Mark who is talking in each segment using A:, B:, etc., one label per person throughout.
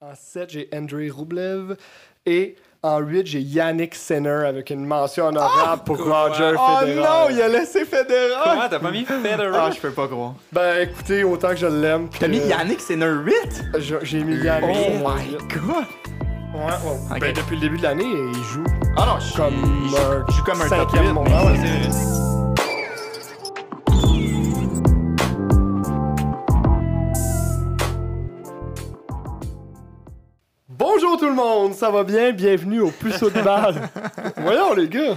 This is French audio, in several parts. A: En 7, j'ai Andrei Roublev. Et en 8, j'ai Yannick Senner avec une mention honorable pour
B: quoi?
A: Roger
C: Oh
A: Federer.
C: non, il a laissé
B: Comment
C: Federer!
B: t'as pas mis Federer?
C: Ah, je peux pas croire.
A: Ben écoutez, autant que je l'aime.
C: T'as mis
A: que-
C: Yannick Sinner 8?
A: Je- J'ai mis
C: Oh
A: Yannick. Senner.
C: my god!
A: Ouais, ouais.
C: Ok.
A: Ben, depuis le début de l'année, il joue
C: Ah non, je suis
A: comme
C: je- je suis comme un top Ah
A: cinquième
C: 8,
A: mondial.
C: mais-
A: Ouais,
B: C'est vrai.
A: Bonjour tout le monde, ça va bien? Bienvenue au Puceau de balle. Voyons les gars.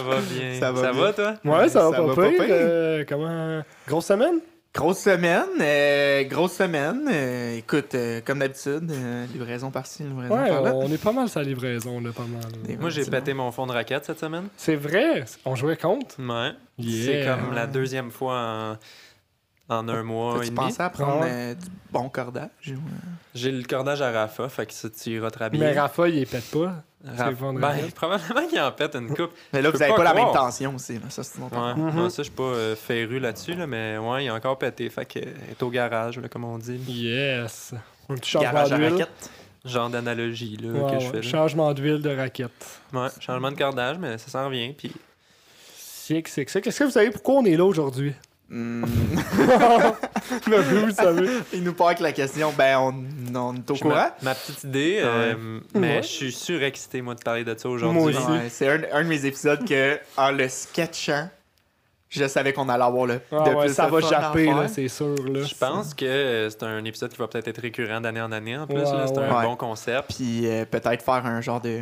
B: va bien.
C: Ça
B: Ça
C: va
B: va,
C: bien.
B: toi?
A: Ouais, ça va
C: Ça
A: pas
C: va pas
A: pire.
C: pire.
A: Euh, comment... Grosse semaine?
C: Grosse semaine, euh, grosse semaine. euh, écoute, euh, comme d'habitude, euh, livraison par-ci, livraison
A: Ouais,
C: par-là.
A: on est pas mal sa livraison, là, pas mal.
C: Des
B: Moi, j'ai
C: bâtiments.
B: pété mon fond de raquette cette semaine.
A: C'est vrai, on jouait contre.
B: Ouais. C'est
A: Yeah.
B: comme la deuxième fois en, en un mois et
C: Tu
B: demi.
C: pensais à prendre
A: Ah ouais.
C: euh, du bon cordage? ou, euh,
B: J'ai le cordage à Rafa, fait que ça, tu iras te rhabiller.
A: Mais Rafa, il pète pas.
B: Rafa-
A: c'est vendredi.
B: Ben, probablement qu'il en pète une coupe.
C: Mais là,
B: Je
C: vous
B: peux
C: avez pas,
B: pas
C: la même
B: croire.
C: tension aussi. Là. Ça, c'est une autre
B: Ouais.
A: Mhm.
B: Non, ça, je suis pas euh, féru là-dessus, là, mais ouais, il a encore pété. Fait que, euh, est au garage, là, comme on dit.
A: Yes. Un petit changement
C: Garage à
A: d'huile.
C: raquette.
B: Genre d'analogie là,
A: Ouais,
B: que je
A: ouais,
B: fais. là.
A: Changement d'huile de raquette.
B: Ouais, changement de cordage, mais ça s'en revient. Puis
A: Sick, sick, sick. Est-ce que vous savez pourquoi on est là aujourd'hui?
C: Hmm.
A: Mais oui, vous le savez.
C: Il nous part avec la question, ben on, on est au
B: je-
C: courant.
B: ma, ma petite idée, euh, mais
A: Ouais.
B: je suis surexcité, moi, de parler de ça aujourd'hui.
A: Moi aussi.
C: Ouais, c'est un, un de mes épisodes que, en le sketchant, je savais qu'on allait avoir le
A: Ah
C: de
A: ouais,
C: plus
A: ça
C: de
A: va
C: fun à
A: japper,
C: faire.
A: là, c'est sûr. Là.
B: Je pense que euh, c'est un épisode qui va peut-être être récurrent d'année en année en plus.
A: Ouais,
B: là. c'est un
C: ouais.
B: bon concept.
C: Puis euh, peut-être faire un genre de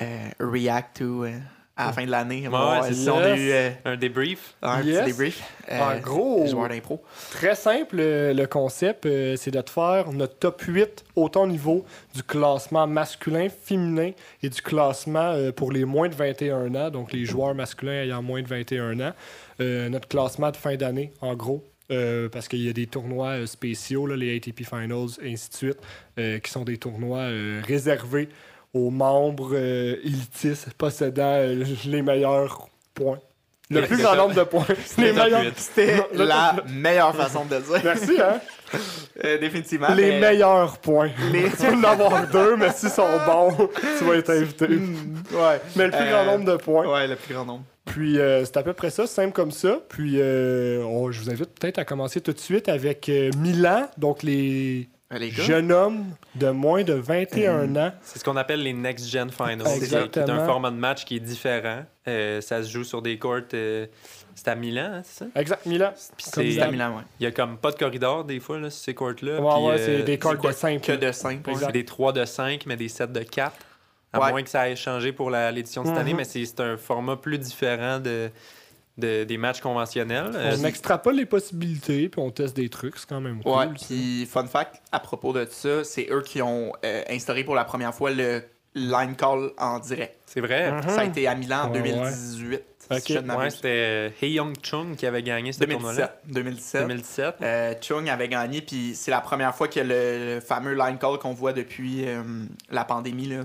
C: euh, react to euh, à la fin de l'année. voir
B: ouais, c'est
C: si
A: ça.
C: on a eu euh,
B: Un débrief.
C: un
A: Yes.
C: petit débrief. euh,
A: En gros,
C: des joueurs d'impro.
A: Très simple, euh, le concept, euh, c'est de te faire notre top 8, autant au niveau du classement masculin, féminin et du classement euh, pour les moins de 21 ans, donc les joueurs masculins ayant moins de 21 ans. Euh, notre classement de fin d'année, en gros, euh, parce qu'il y a des tournois euh, spéciaux, là, les ATP Finals, et ainsi de suite, euh, qui sont des tournois euh, réservés aux membres euh, élitistes possédant euh, les meilleurs points. Le
B: Ouais,
A: plus
B: c'est
A: grand
B: ça.
A: nombre de points.
B: le
A: Les
B: top
A: meilleurs.
B: huit.
C: C'était
A: Non, là,
C: la meilleure façon de le dire.
A: Merci, hein?
C: Euh, définitivement.
A: les
C: mais-
A: meilleurs points.
C: Les-
A: tu peux en avoir deux, mais s'ils sont bons, tu vas être invité.
C: Mm, ouais.
A: Mais le plus grand
C: Euh,
A: nombre de points.
C: Ouais, le plus grand nombre.
A: Puis euh, c'est à peu près ça, simple comme ça. Puis euh, on- je vous invite peut-être à commencer tout de suite avec euh, Milan, donc les
C: Euh, Les gars. Hmm.
A: jeunes hommes de moins de 21 ans.
B: C'est ce qu'on appelle les Next Gen Finals.
A: Exactement.
B: qui- Qui est un format de match qui est différent. Euh, ça se joue sur des courts. euh, c'est à Milan, hein, c'est ça?
A: Exact, Milan.
B: Puis
A: Comme
B: c'est-
C: C'est à Milan, ouais.
B: il y a comme pas de corridor des fois là, sur ces courts-là.
A: ouais,
B: Puis,
A: ouais,
B: euh,
A: c'est des cartes
C: quoi,
A: de 5.
C: Que de 5.
B: c'est des 3 de 5, mais des 7 de 4. À
C: Ouais.
B: moins que ça ait changé pour la- l'édition de cette
A: Mhm.
B: année, mais c'est c'est un format plus différent de, de- des matchs conventionnels. Euh,
A: On extrapole les possibilités, puis on teste des trucs, c'est quand même cool.
C: Ouais,
A: ça.
C: puis fun fact à propos de ça, c'est eux qui ont euh, instauré pour la première fois le line call en direct.
B: c'est vrai.
A: Mhm.
C: euh, Ça a été à Milan en
A: Ouais,
C: 2018.
A: ouais.
C: si je
A: Ok,
C: ne
B: Ouais,
C: m'abuse.
B: c'était euh, Hee Young Chung qui avait gagné ce tournoi-là.
C: 2017. 2017.
B: 2017.
C: Euh, Chung avait gagné, puis c'est la première fois que le, le fameux line call qu'on voit depuis euh, la pandémie, là,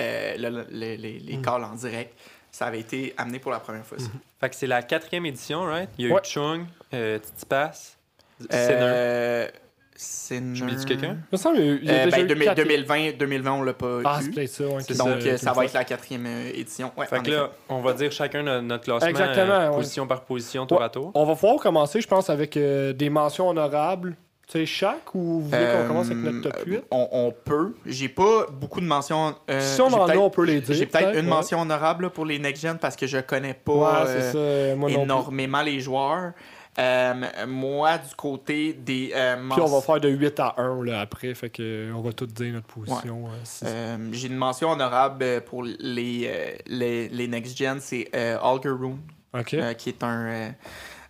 C: euh, le- le- le- les, les
A: Mm. Mm-hmm.
C: calls en direct, ça avait été amené pour la première fois. ça.
B: Fait que c'est la quatrième édition, right? Il y a
A: Ouais.
B: eu Chung, euh, Titi Pass, Sinner.
C: Euh, Sinner.
B: J'oublie-tu quelqu'un?
A: Il me semble qu'il y a eu- il y a
C: Euh,
A: déjà
C: ben,
A: eu
C: 2000-
A: quatre-
C: 2020, 2020, on l'a pas
A: Ah, c'est
C: eu.
A: peut-être ça. ouais,
B: C'est
A: qui-
C: Donc,
A: euh,
C: euh, ça va
A: qui-
C: être la quatrième euh, édition. Ouais,
B: Fait
C: en
B: que là, on va dire chacun no- notre classement,
A: Exactement,
B: euh,
A: ouais.
B: position par position, tour à tour.
A: On va pouvoir commencer, je pense, avec euh, des mentions honorables. Tu sais, chaque ou vous voulez qu'on commence avec notre top
C: Euh,
A: 8
C: on, on peut. J'ai pas beaucoup de mentions. euh,
A: Si on
C: j'ai
A: en a,
C: peut-être-
A: on peut les dire.
C: J'ai peut-être
A: peut-être,
C: une
A: ouais.
C: mention honorable là, pour les next-gen parce que je connais pas
A: Ouais,
C: euh,
A: c'est ça. Moi non plus.
C: énormément les joueurs. Euh, moi, du côté des euh,
A: Puis on va
C: mens-
A: faire de 8 à 1 là, après, fait que euh, on va tout dire notre position. euh, si-
C: euh, j'ai une mention honorable euh, pour les, euh, les, les next-gen, c'est euh, Holger Rune,
A: OK.
C: euh, qui est un, euh,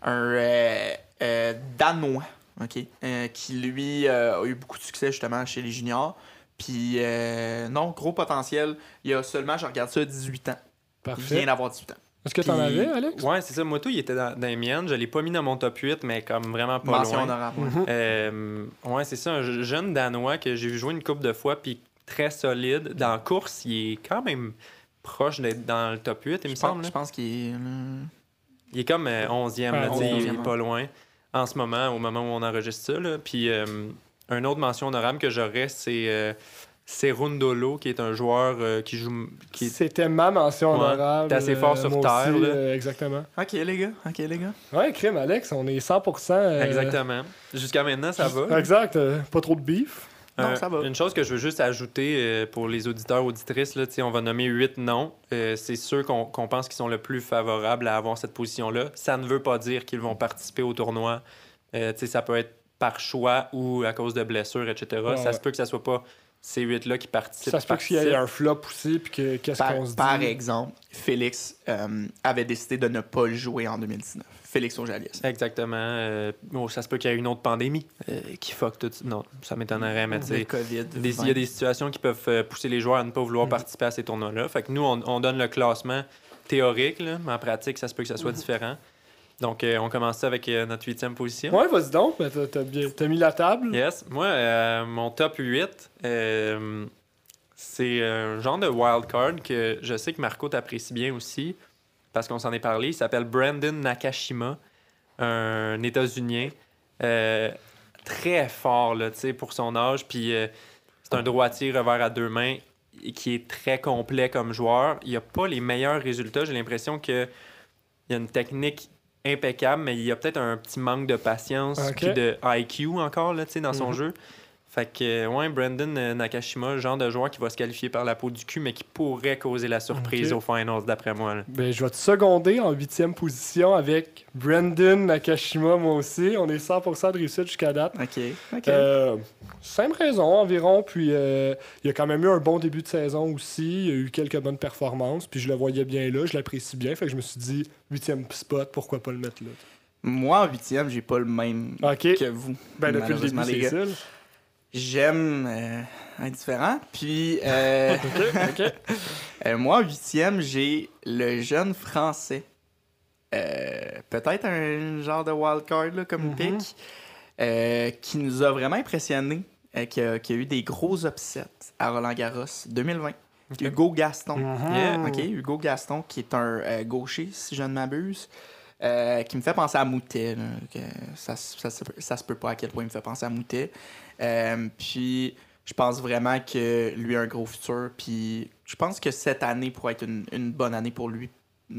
C: un euh, euh, Danois, ok, euh, qui lui euh, a eu beaucoup de succès justement chez les juniors. Puis, euh, non, gros potentiel. Il y a seulement, je regarde ça, 18 ans. Il vient
A: Parfait.
C: d'avoir 18 ans.
A: Est-ce que t'en
C: Puis-
A: avais, Alex?
B: Ouais, c'est ça. Moi, tout, il était dans, dans les miennes. Je l'ai pas mis dans mon top 8, mais comme vraiment pas
C: Mention
B: loin.
C: honorable.
A: Mhm.
C: ouais.
B: Euh, ouais, c'est ça, un je- jeune Danois que j'ai vu jouer une coupe de fois, puis très solide. Dans la course, il est quand même proche d'être dans le top 8, il me
C: Je pense-
B: semble. hein.
C: Je
B: là.
C: pense qu'il est. euh,
B: Il est comme euh, 11e, là,
A: Ouais,
B: tu sais, il
C: 11e,
B: est pas loin en ce moment, au moment où on enregistre ça. là. Puis euh, Un autre mention honorable que j'aurais, c'est euh, Serundolo, qui est un joueur euh, qui joue. Qui est-
A: C'était ma mention
B: Ouais,
A: honorable.
B: t'es assez fort sur
A: moi
B: terre, là.
A: euh, exactement.
C: Ok, les gars. Ok, les gars.
A: Ouais, crime, Alex, on est 100%. euh,
B: Exactement. Jusqu'à maintenant, ça va.
A: Exact, euh, pas trop de beef.
C: Non, ça va.
B: Euh, Une chose que je veux juste ajouter euh, pour les auditeurs, auditrices, là, tu sais, on va nommer huit noms. Euh, c'est ceux qu'on qu'on pense qui sont le plus favorables à avoir cette position-là. Ça ne veut pas dire qu'ils vont participer au tournoi. Euh, tu sais, ça peut être par choix ou à cause de blessures, etc.
A: Ouais,
B: ça
A: ouais.
B: se peut que ça soit pas ces huit-là qui participent.
A: Ça se peut qu'il y ait un flop aussi, puis que- qu'est-ce
C: Par,
A: qu'on se dit.
C: par exemple, Félix euh, avait décidé de ne pas le jouer en 2019. Félix Aujalès.
B: Exactement. Euh, bon, ça se peut qu'il y ait une autre pandémie euh, qui fuck tout. Non, ça m'étonnerait, mais tu sais,
C: Le COVID.
B: Des- Il y a des situations qui peuvent euh, pousser les joueurs à ne pas vouloir
A: Mhm.
B: participer à ces tournois-là. Fait que nous, on, on donne le classement théorique, là, mais en pratique, ça se peut que ça soit différent. Donc, euh, on commence ça avec euh, notre huitième position.
A: Ouais, vas-y donc, mais t'as- t'as bien- t'as mis la table.
B: Yes. Moi, euh, mon top 8, euh, c'est un genre de wild card que je sais que Marco t'apprécie bien aussi, parce qu'on s'en est parlé. Il s'appelle Brandon Nakashima, un États-Unien. euh, très fort, là, tu sais, pour son âge. Puis euh, c'est un droitier revers à deux mains et qui est très complet comme joueur. Il a pas les meilleurs résultats. J'ai l'impression que il a une technique impeccable, mais il y a peut-être un petit manque de patience
A: Ok.
B: puis de IQ encore là, tu sais, dans son
A: Mhm.
B: jeu. Fait que, euh, ouais, Brandon euh, Nakashima, le genre de joueur qui va se qualifier par la peau du cul, mais qui pourrait causer la surprise
A: Ok.
B: au finals, d'après moi. là.
A: Ben, je vais te seconder en huitième position avec Brandon Nakashima, moi aussi. On est 100% de réussite jusqu'à date.
C: Ok. ok.
A: Euh, cinq raisons environ, puis euh, il a quand même eu un bon début de saison aussi. Il a eu quelques bonnes performances, puis je le voyais bien là, je l'apprécie bien. Fait que je me suis dit, huitième spot, pourquoi pas le mettre là?
C: Moi, en huitième, j'ai pas le même
B: Ah,
A: Ok,
C: que vous.
A: ben depuis le
C: malheureusement,
A: début,
C: les
A: c'est ça.
C: gars.
A: là.
C: J'aime euh, indifférent. Puis euh,
A: Ok, ok.
C: euh, moi, en huitième, j'ai le jeune français. Euh, Peut-être un genre de wildcard là, comme
A: Mhm.
C: pick. euh, qui nous a vraiment impressionnés. euh, qui, a, qui a eu des gros upsets à Roland Garros 2020. Hugo Gaston.
A: Mhm.
B: Yeah,
C: OK, Hugo Gaston, qui est un euh, gaucher, si je ne m'abuse, euh, qui me fait penser à Moutet. là, que ça, se- ça, se- ça se peut pas à quel point il me fait penser à Moutet. Euh, puis, je pense vraiment que lui a un gros futur. Puis, je pense que cette année pourrait être une, une bonne année pour lui.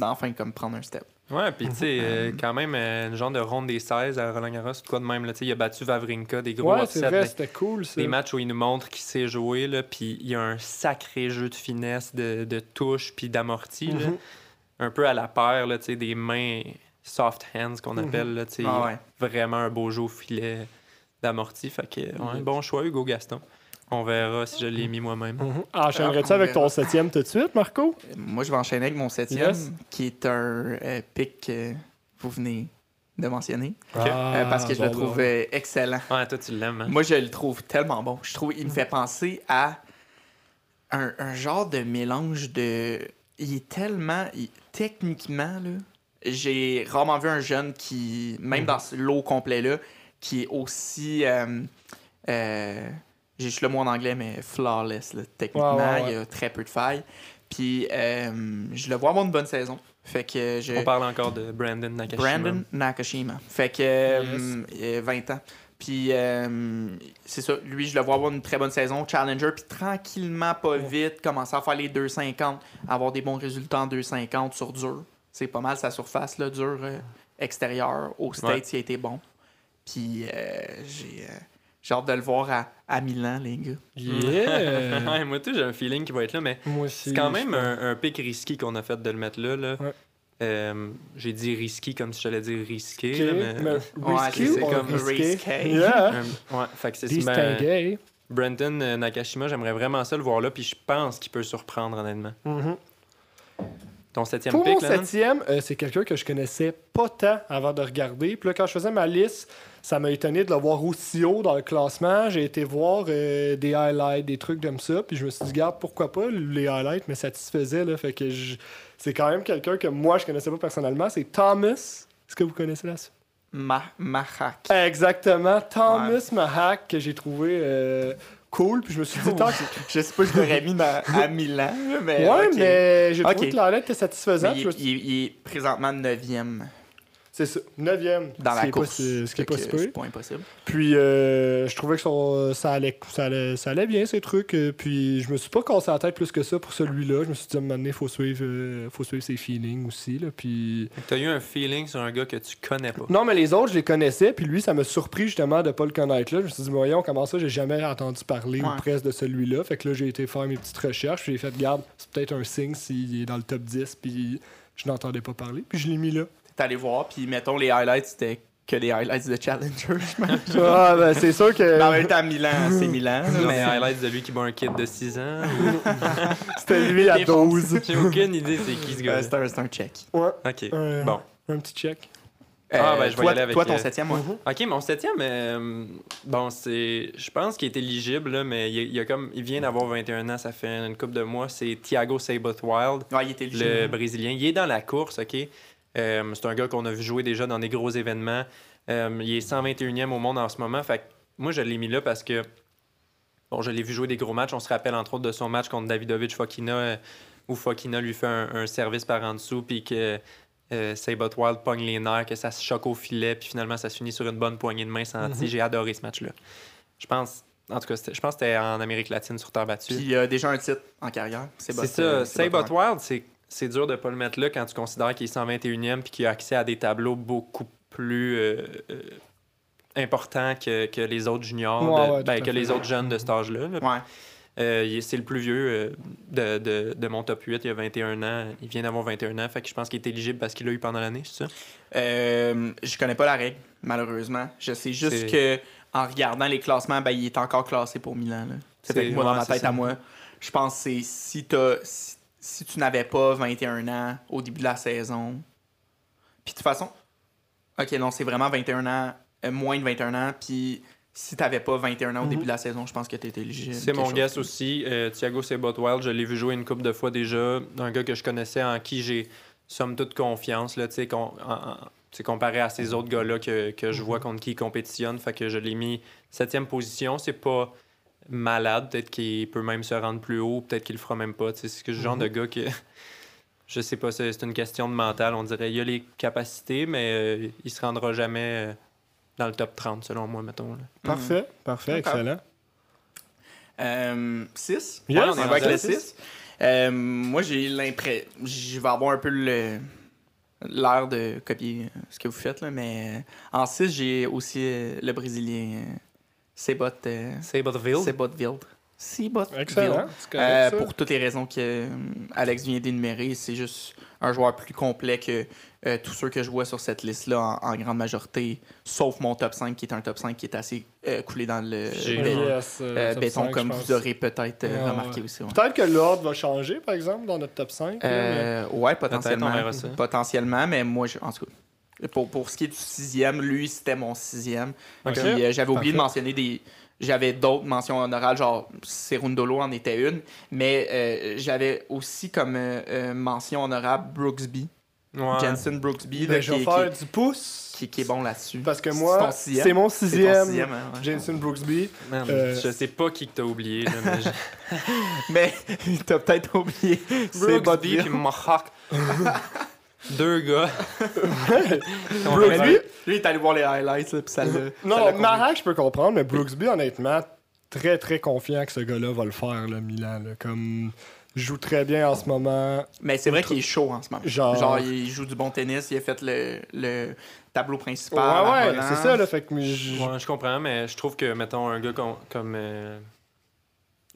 C: Enfin, comme prendre un step.
B: Ouais, puis tu
A: Mhm.
B: sais, euh, quand même, euh, une genre de ronde des 16 à Roland Garros, quoi de même. Là, Tu sais, il a battu Vavrinka, des gros
A: Ouais, c'est
B: upsets,
C: ben.
A: vrai,
B: des-
A: c'était cool ça.
B: des, matchs où il nous montre qu'il sait jouer, là, puis il y a un sacré jeu de finesse, de, de touche, puis d'amorti, là.
A: Mhm.
B: un peu à la paire, là, tu sais, des mains soft hands qu'on
A: Mhm.
B: appelle. là, tu sais,
C: Ah ouais.
B: Vraiment un beau jeu au filet d'amorti. Fait que, ouais,
A: Yes.
B: bon choix, Hugo Gaston. On verra si je l'ai mis moi-même.
A: Mhm. Enchaînerais-tu
C: Ah,
A: avec ton
C: on verra.
A: septième tout de suite, Marco?
C: Euh, Moi, je vais enchaîner avec mon septième,
A: Yes.
C: qui est un euh, pic que vous venez de mentionner.
B: Ok.
A: Ah.
C: euh, parce que je
A: bon,
C: le
A: bon.
C: trouve euh, excellent.
B: Ouais, toi, tu l'aimes. hein?
C: Moi, je le trouve tellement bon. Je trouve, il me fait penser à un, un genre de mélange de. Il est tellement. il- techniquement, là, j'ai rarement vu un jeune qui,
A: Mhm.
C: même dans ce lot complet là, qui est aussi. euh, euh, j'ai juste le mot en anglais, mais flawless. là. Techniquement,
A: Ouais, ouais, ouais.
C: il y a très peu de failles. Puis, euh, je le vois avoir une bonne saison. Fait que je.
B: On parle encore de Brandon Nakashima.
C: Brandon Nakashima. Fait que euh, euh, 20 ans. Puis euh, c'est ça, lui, je le vois avoir une très bonne saison, challenger, puis tranquillement, pas vite, commencer à faire les 2,50, avoir des bons résultats en 2,50 sur dur. C'est pas mal sa surface, là, dur euh, extérieur. Au States,
B: Ouais.
C: il a été bon. Puis euh, j'ai euh, j'ai hâte de le voir à, à Milan, les gars.
A: Yeah!
B: Ouais, moi, tu sais, j'ai un feeling qui va être là, mais
A: Moi aussi.
B: c'est quand même
A: je-
B: un, un pic risqué qu'on a fait de le mettre là. là.
A: Ouais.
B: Euh, j'ai dit risqué comme si je t'allais dire risqué.
A: Ok,
B: là, mais-
A: mais risqué
C: c'est
A: ou
B: comme
A: risqué?
C: risqué.
A: Yeah!
B: Euh, ouais, fait que c'est ben,
A: Distingué.
B: Brandon euh, Nakashima, j'aimerais vraiment ça le voir là, puis je pense qu'il peut surprendre, honnêtement.
A: Mhm.
B: Ton septième
A: Pour mon
B: pick, là, non?
A: septième, euh, c'est quelqu'un que je connaissais pas tant avant de regarder. Puis là, quand je faisais ma liste, ça m'a étonné de le voir aussi haut dans le classement. J'ai été voir euh, des highlights, des trucs comme ça. Puis je me suis dit, garde, pourquoi pas les highlights me satisfaisaient. Là, fait que je- c'est quand même quelqu'un que moi, je connaissais pas personnellement. C'est Thomas. Est-ce que vous connaissez la suite?
C: Ma Mahak.
A: Exactement. Thomas Mahak, que j'ai trouvé euh, cool. Puis je me suis dit, tant que-
C: Je sais pas si je l'aurais mis dans- à Milan, mais.
A: Ouais,
C: ok.
A: mais j'ai trouvé
C: Ok.
A: que la lettre était satisfaisante.
C: Mais
A: Je me
C: il, il- il est présentement 9e.
A: C'est ça. Neuvième.
C: dans
A: ce
C: la
A: qui est pas
C: course.
A: si- ce qui est
C: Fait
A: pas
C: que
A: si
C: c'est
A: pire.
C: pas impossible.
A: Puis euh, je trouvais que son- ça, allait, ça, allait, ça allait bien, ces trucs. Euh, Puis je me suis pas cassé la tête plus que ça pour celui-là. Je me suis dit, à un moment donné, faut suivre, euh, faut suivre ses feelings aussi. Là, puis...
B: T'as eu un feeling sur un gars que tu connais pas.
A: Non, mais les autres, je les connaissais. Puis lui, ça m'a surpris justement de pas le connaître. là. Je me suis dit, voyons, comment ça, j'ai jamais entendu parler
C: Ouais.
A: ou presque de celui-là. Fait que là, j'ai été faire mes petites recherches. Puis j'ai fait, garde, c'est peut-être un signe s'il est dans le top 10. Puis je n'entendais pas parler. Puis je l'ai mis là.
C: T'es allé voir, puis mettons, les highlights, c'était que des highlights de Challenger.
A: ah, ben, c'est sûr que.
C: En même temps, Milan, c'est Milan.
B: Genre
C: mais-
B: des Euh, highlights de lui qui bat un kid de 6 ans.
A: C'était lui à
C: Des fonds.
A: 12.
B: J'ai aucune idée c'est qui ce
C: Euh,
B: gars.
C: c'est un, c'est un check.
A: Ouais.
B: Ok.
A: Un-
B: Bon.
A: Un petit check. Mhm.
B: Ah,
C: Euh,
B: ben, je vais
C: toi,
B: y aller avec,
C: toi, ton
B: euh,
C: septième, ouais.
B: Ok, mon septième, euh, bon, c'est. Je pense qu'il est éligible, là, mais il, il a comme, il vient d'avoir 21 ans, ça fait une couple de mois. C'est Thiago Sabot Wild,
C: Ouais, il était
B: le
C: éligible.
B: Brésilien. Il est dans la course, ok? Euh, c'est un gars qu'on a vu jouer déjà dans des gros événements. Euh, il est 121e au monde en ce moment. Fait que moi, je l'ai mis là parce que. Bon, je l'ai vu jouer des gros matchs. On se rappelle entre autres de son match contre Davidovic Fokina, euh, où Fokina lui fait un, un service par en dessous, puis que euh, Sabot Wild pogne les nerfs, que ça se choque au filet, puis finalement ça se finit sur une bonne poignée de main sentie. J'ai adoré ce match-là. Je pense, en tout cas, c'était- je pense que c'était en Amérique latine sur terre battue.
C: Puis il a déjà un titre en carrière. C'est
B: C'est
C: bot-
B: ça.
C: euh,
B: Save
C: bot-
B: Hot Wild, c'est c'est dur de pas le mettre là quand tu considères qu'il est 121e puis qu'il a accès à des tableaux beaucoup plus euh, euh, importants que, que les autres juniors,
A: Ouais,
B: de-
A: ouais, tout
B: ben,
A: à
B: que
A: fait.
B: les autres jeunes de cet âge-là. là.
C: Ouais.
B: Euh, il est- c'est le plus vieux euh, de, de, de mon top 8. Il a 21 ans. Il vient d'avoir 21 ans. Fait que je pense qu'il est éligible parce qu'il l'a eu pendant l'année, c'est ça?
C: Euh, je connais pas la règle, malheureusement. Je sais juste que en regardant les classements, ben, il est encore classé pour Milan. Là. Ça fait
B: C'est-
C: que moi, dans
B: ouais,
C: ma
B: c'est
C: tête
B: ça.
C: à moi, je pense que c'est si, t'as- si, si tu n'avais pas 21 ans au début de la saison. Puis de toute façon, ok, non, c'est vraiment 21 ans, euh, moins de 21 ans. Puis si tu n'avais pas 21 ans au
A: Mhm.
C: début de la saison, je pense que tu étais éligible.
B: C'est mon
C: gars
B: guess aussi. Euh, Thiago Sebot-Wild, je l'ai vu jouer une couple de fois déjà. Un gars que je connaissais, en qui j'ai somme toute confiance, là, tu sais, con- en- en- tu sais, comparé à ces autres gars-là que, que je vois contre qui il compétitionne. Fait que je l'ai mis septième position. C'est pas malade. Peut-être qu'il peut même se rendre plus haut. Peut-être qu'il le fera même pas. Tu sais, C'est ce genre de gars que... Je sais pas, c'est c'est une question de mental. On dirait il a les capacités, mais euh, il se rendra jamais euh, dans le top 30, selon moi, mettons. là.
A: Parfait, parfait,
C: D'accord.
A: excellent.
C: 6.
A: Yes.
C: Euh, on est
B: Yes.
C: avec le
B: Yes.
C: 6. Euh, moi, j'ai l'impression. Je vais avoir un peu le- l'air de copier euh, ce que vous faites, là, mais euh, en 6, j'ai aussi euh, le Brésilien euh, Sebot. euh,
B: Sabotville.
C: Sebotville. Sebotville.
A: Excellent. C'est
C: Euh,
A: correct, ça.
C: pour toutes les raisons que euh, Alex vient d'énumérer, c'est juste un joueur plus complet que euh, tous ceux que je vois sur cette liste-là en, en grande majorité, sauf mon top 5 qui est un top 5 qui est assez euh, coulé dans le
B: J'ai-
C: le-
A: Yes, euh,
C: euh,
A: top
C: béton,
A: 5,
C: comme
A: je pense. Ah,
C: vous aurez peut-être euh,
A: Ouais,
C: remarqué
A: ouais.
C: aussi. Ouais,
A: Peut-être que l'ordre va changer, par exemple, dans notre top 5. là, mais-
C: Euh, ouais,
B: on
C: potentiellement.
B: verra ça.
C: Potentiellement, mais moi, je- en tout cas, pour, pour ce qui est du sixième, lui, c'était mon sixième.
B: Ok.
C: Puis, euh, j'avais oublié de
A: Parfait.
C: mentionner des. J'avais d'autres mentions honorables, genre Serundolo en était une, mais euh, j'avais aussi comme euh, euh, mention honorable Brooksby,
B: Ouais.
C: Jensen Brooksby,
A: Ben,
C: là,
A: je
C: qui,
A: vais
C: qui-
A: faire du pouce.
C: qui- qui est bon là-dessus.
A: Parce que
C: C'est
A: moi,
C: ton sixième.
A: c'est mon
C: C'est ton
A: sixième.
C: sixième, hein, ouais.
A: Jameson Brooksby.
B: Man,
A: Euh,
B: Je sais pas qui que t'as oublié. Là, mais je-
C: Mais t'as peut-être oublié. C'est
B: Brooksby
C: Botville.
B: puis Mohawk. Deux gars. On
A: Brooksby?
B: va faire-
C: Lui, il est allé voir les highlights, là, puis ça l'a. ça l'a
A: Non,
C: convaincu.
A: Marak, je peux comprendre, mais Brooksby, honnêtement, très, très confiant que ce gars-là va le faire, le Milan. là. Comme, il joue très bien en ce moment.
C: Mais c'est vrai qu'il est chaud en ce moment. Genre...
A: Genre-
C: il joue du bon tennis, il a fait le, le tableau principal.
A: ouais,
C: à
A: ouais,
C: Roland.
A: c'est ça, là. Fait que je-
B: Ouais, je comprends, mais je trouve que, mettons, un gars com- comme euh,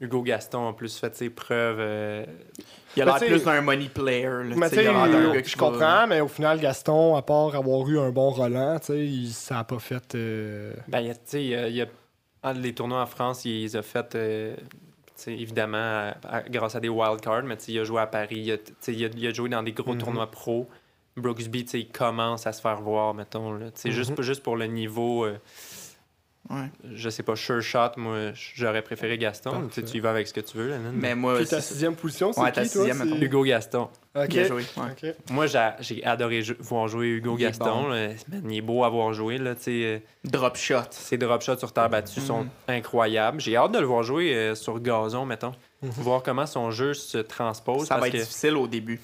B: Hugo Gaston a plus fait ses preuves. euh,
C: Il a
A: Mais
C: l'air
A: t'sais-
C: plus d'un money player. Là,
A: Mais
C: t'sais,
A: tu
C: il
A: sais,
C: a l'air d'un gars
A: je
C: qui va-
A: comprends, mais au final, Gaston, à part avoir eu un bon Roland, tu sais, il- ça n'a pas fait. euh,
B: ben, il y a- tu sais, il y a- il y a- un des tournois en France, il les a fait. euh, tu sais, évidemment, à- à- grâce à des wildcards, mais tu sais, il a joué à Paris, il a, tu sais, il a- il a joué dans des gros
A: Mhm.
B: tournois pro. Brooksby, tu sais, il commence à se faire voir, mettons. là. Tu sais, juste, juste pour le niveau euh,
C: Mhm. Ouais.
B: je sais pas, sure shot, moi, j'aurais préféré Gaston. Tu,
A: Parfait.
B: sais, tu y vas avec ce que tu veux, Lennon.
C: Mais moi,
A: Puis
C: c'est
A: ta
C: ça.
A: sixième position, c'est
C: Ouais, ta
A: qui, toi?
C: sixième,
A: C'est-
C: mettons.
B: Hugo Gaston.
A: Ok.
C: bien joué. ouais.
A: Ok.
B: Moi, j'a- j'ai adoré jou- voir jouer Hugo
C: Il est
B: Gaston.
C: bon.
B: là. Man, il est beau à voir jouer. Là, tu sais, euh,
C: Drop shot.
B: ses drop shots sur terre battue sont
C: Mhm.
B: incroyables. J'ai hâte de le voir jouer euh, sur gazon, mettons. Voir comment son jeu se transpose.
C: Ça va
B: parce
C: être
B: que-
C: difficile au début.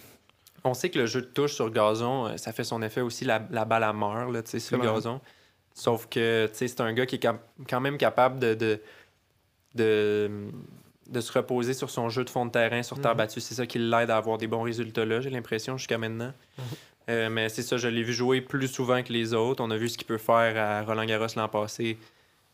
B: On sait que le jeu de touche sur gazon, euh, ça fait son effet aussi la, la balle à mort là, tu sais, sur le
C: Ouais.
B: gazon. Sauf que tu sais, c'est un gars qui est cap- quand même capable de, de, de, de se reposer sur son jeu de fond de terrain, sur terre
A: Mhm.
B: battue. C'est ça qui l'aide à avoir des bons résultats là, j'ai l'impression, jusqu'à maintenant.
A: Mhm.
B: Euh, mais c'est ça, je l'ai vu jouer plus souvent que les autres. On a vu ce qu'il peut faire à Roland Garros l'an passé,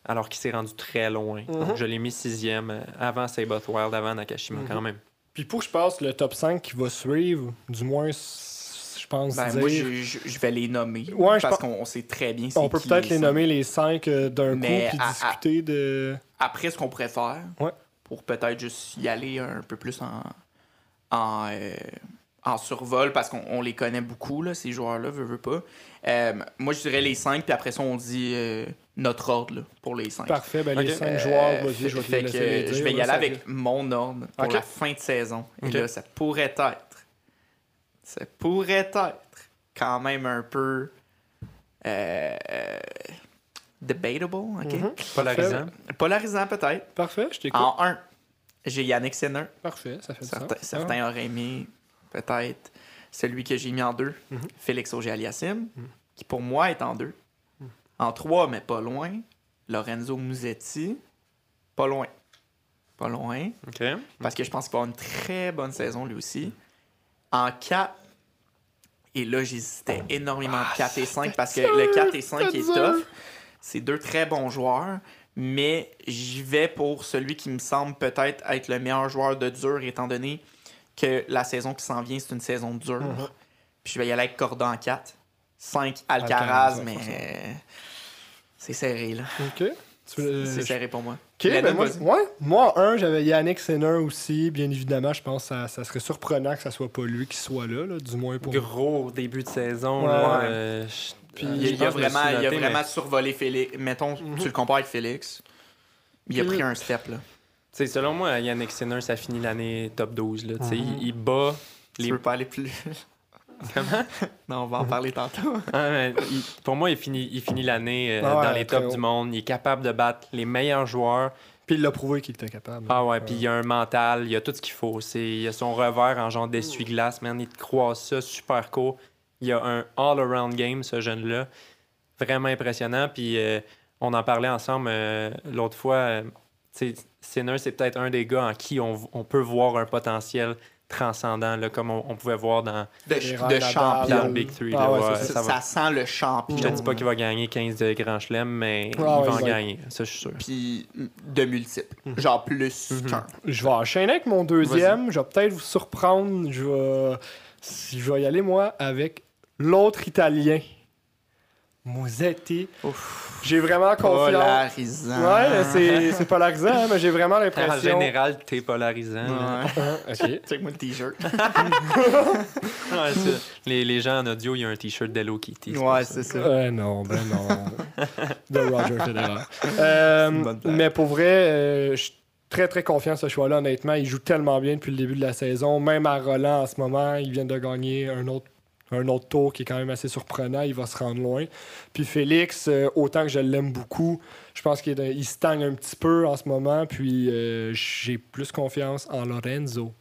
B: alors qu'il s'est rendu très loin.
A: Mhm.
B: Donc, je l'ai mis sixième euh, avant Saboth Wild, avant Nakashima
A: Mhm.
B: quand même.
A: Puis pour que je passe le top 5 qui va suivre, du moins, s- je pense
C: Ben,
A: dire-
C: moi, je, je- je vais les nommer.
A: Ouais, je pense-
C: parce qu'on sait très bien c'est
A: On peut
C: qui
A: peut-être les
C: ça.
A: nommer les 5 d'un coup
C: Mais
A: puis
C: à- à-
A: discuter de...
C: Après, ce qu'on pourrait faire,
A: Ouais.
C: pour peut-être juste y aller un peu plus en, en, euh, en survol, parce qu'on on les connaît beaucoup, là, ces joueurs-là, veut, veut pas. Euh, moi, je dirais les cinq, puis après ça, on dit euh, notre ordre là, pour les cinq.
A: Parfait, ben les
B: Ok.
A: 5
C: Euh,
A: joueurs, vas-y,
C: fait-
A: je vais te
C: fait
A: les laisser
C: que,
A: les
C: euh,
A: dire,
C: Je vais y
A: là,
C: aller
A: ça
C: avec
A: vient.
C: mon ordre pour
A: Ok.
C: la fin de saison. Et
B: Ok.
C: là, ça pourrait être. Ça pourrait être quand même un peu. euh, euh, debatable, ok?
A: Mhm.
B: Polarisant.
C: Polarisant peut-être.
A: Parfait, je t'écoute.
C: En un, j'ai Yannick Sinner.
A: Parfait, ça Ah. fait du
C: Certains,
A: sens.
C: certains auraient aimé peut-être celui que j'ai mis en deux,
A: Mhm.
C: Félix Auger-Aliassime, qui pour moi est en deux.
A: Mhm.
C: En trois, mais pas loin, Lorenzo Musetti, pas loin. Pas loin,
B: OK.
C: parce que je pense qu'il va avoir une très bonne saison lui aussi. En quatre, et là j'hésitais énormément de 4
A: Ah,
C: et 5 parce que le 4 et 5 est
A: dur.
C: tough. C'est deux très bons joueurs, mais j'y vais pour celui qui me semble peut-être être le meilleur joueur de dur, étant donné que la saison qui s'en vient, c'est une saison dure.
A: Mhm.
C: Puis je vais y aller avec Corda en 4. 5
A: Alcaraz,
C: Alcaraz,
A: ouais,
C: mais
A: forcément.
C: euh, c'est serré, là.
A: OK. Tu veux-
C: C'est
A: je-
C: serré pour moi.
A: Ok, ben
C: Lennon,
A: moi,
C: vas-y.
A: ouais, moi, en un, j'avais Yannick Senner aussi. Bien évidemment, je pense que ça, ça serait surprenant que ça soit pas lui qui soit là, là, du moins pour
B: Gros début de saison.
A: Ouais.
B: là,
C: Ouais.
B: euh, je-
A: Puis,
B: euh,
C: Il y a,
B: je
C: il y a
B: pense que je me
C: vraiment,
B: suis
C: il y a
B: noté,
C: vraiment
B: mais, tu
C: survolé Félix. Mettons,
A: Mhm.
C: tu le compares avec Félix. Il a
B: Puis-
C: pris un step, là.
B: sais, selon moi, Yannick Sinner, ça finit l'année top 12. Là, tu sais,
A: Mhm.
B: il, il bat.
C: Tu
B: Les- Mhm.
C: veux pas aller plus.
B: Comment?
C: non, on va en parler tantôt.
B: Ah, mais il- pour moi, il finit il finit l'année euh,
A: Ah ouais,
B: dans les
A: très
B: tops
A: haut.
B: du monde. Il est capable de battre les meilleurs joueurs.
A: Puis il l'a prouvé qu'il était capable.
B: Ah ouais, puis il y a un mental, il y a tout ce qu'il faut. C'est, il y a son revers en genre d'essuie-glace, man, il te croise ça super court. Il y a un all-around game, ce jeune-là. Vraiment impressionnant. Puis euh, on en parlait ensemble euh, l'autre fois. euh, tu sais, Sinner, c'est peut-être un des gars en qui on, on peut voir un potentiel transcendant, là, comme on, on pouvait voir dans,
C: De,
A: Les
C: ch-
A: rangs
C: de
A: à la
C: champion.
B: dans
A: Ah
B: le
A: oui.
B: Big Three.
A: Ah
B: là,
A: ouais,
B: ouais,
A: c'est
C: ça,
B: ça va-
C: ça sent le champion.
B: Je te dis pas qu'il va gagner 15 de Grand Chelem, mais
A: Ah
B: il va
A: ouais,
B: en
A: ouais.
B: gagner, ça, je suis sûr.
C: Puis de multiples. Genre plus
B: Mhm.
C: qu'un.
A: Je vais enchaîner avec mon deuxième. Je vais peut-être vous surprendre. Je vais... Si je vais y aller, moi, avec l'autre Italien. Musetti. J'ai vraiment
C: Oh
A: confiance.
C: Polarisant.
A: Ouais, c'est- c'est polarisant, hein, mais j'ai vraiment
B: En
A: l'impression...
B: général, t'es polarisant. là.
C: Ouais.
A: Hein, ok.
C: Check-moi le t-shirt.
B: Ouais, c'est- les, les gens en audio, il y a un t-shirt d'Hello Kitty. c'est
C: Ouais,
B: pour ça.
C: c'est ça.
A: Euh, non, ben non. De Roger Federer. Euh,
C: une bonne blague.
A: mais pour vrai, euh, je suis très très confiant de ce choix-là, honnêtement. Il joue tellement bien depuis le début de la saison. Même à Roland en ce moment, ils viennent de gagner un autre, un autre tour qui est quand même assez surprenant. Il va se rendre loin. Puis Félix, euh, autant que je l'aime beaucoup, je pense qu'il est un- il se stagne un petit peu en ce moment. Puis euh, j'ai plus confiance en Lorenzo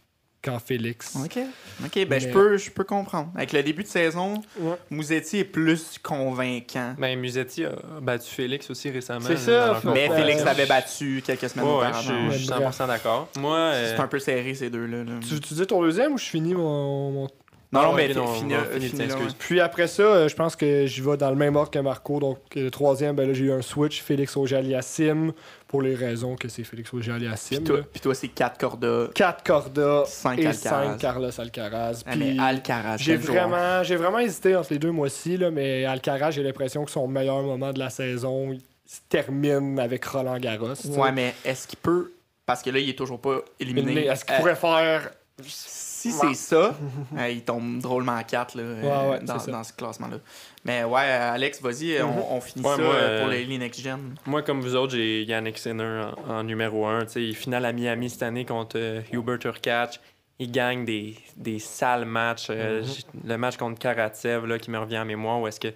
A: qu'en Félix.
C: OK. OK, ben je
A: Mais-
C: peux, je peux comprendre. Avec le début de saison,
A: Ouais.
C: Mouzetti est plus convaincant.
B: Ben, Musetti a battu Félix aussi récemment.
A: C'est
B: là,
A: ça,
B: dans leur
A: faut-
B: conférence.
C: Mais
A: Ouais.
C: Félix
A: Euh,
C: l'avait battu quelques
B: Ouais,
C: semaines
B: ouais, je
C: auparavant.
B: suis- je suis
A: Ouais, bref.
B: 100% d'accord. Moi, euh,
C: C'est un peu serré, ces deux-là. là.
A: Tu, tu dis ton deuxième ou je finis mon- mon
C: Non, non,
B: ok,
C: mais
B: non, on
C: fini, euh,
B: va finir,
C: fini, là,
B: t'excuses.
C: ouais.
A: Puis après ça, euh, je pense que j'y vais dans le même ordre que Marco. Donc, euh, le troisième, ben là, j'ai eu un switch, Félix Auger-Aliassime, pour les raisons que c'est Félix
C: Puis
A: Auger-Aliassime.
C: toi,
A: là.
C: puis toi, c'est 4 cordas,
A: Quatre Corda
C: Cinq
A: et
C: Alcaraz.
A: 5 Carlos Alcaraz.
C: Ah,
A: Puis
C: mais Alcaraz.
A: j'ai
C: quel joueur.
A: vraiment, j'ai vraiment hésité entre les deux, moi aussi, là, mais Alcaraz, j'ai l'impression que son meilleur moment de la saison il se termine avec Roland Garros. tu sais.
C: Ouais, mais est-ce qu'il peut. Parce que là, il est toujours pas éliminé.
A: Est-ce qu'il
C: Euh,
A: pourrait faire.
C: Si c'est ça, euh, il tombe drôlement à 4 là, euh,
A: Ouais, ouais,
C: dans,
A: c'est ça. Mhm.
C: dans ce classement-là. Mais ouais, euh, Alex, vas-y, euh, on, on finit
B: Ouais,
C: ça
B: moi,
C: euh, pour
B: euh,
C: les, les Next Gen.
B: moi, comme vous autres, j'ai Yannick Sinner en, en numéro 1. il finale à Miami cette année contre euh, Hubert Urkach. Il gagne des, des sales matchs. Euh,
C: Mm-hmm.
A: Mhm.
B: j- Le match contre Karatsev, là, qui me revient en mémoire, où est-ce que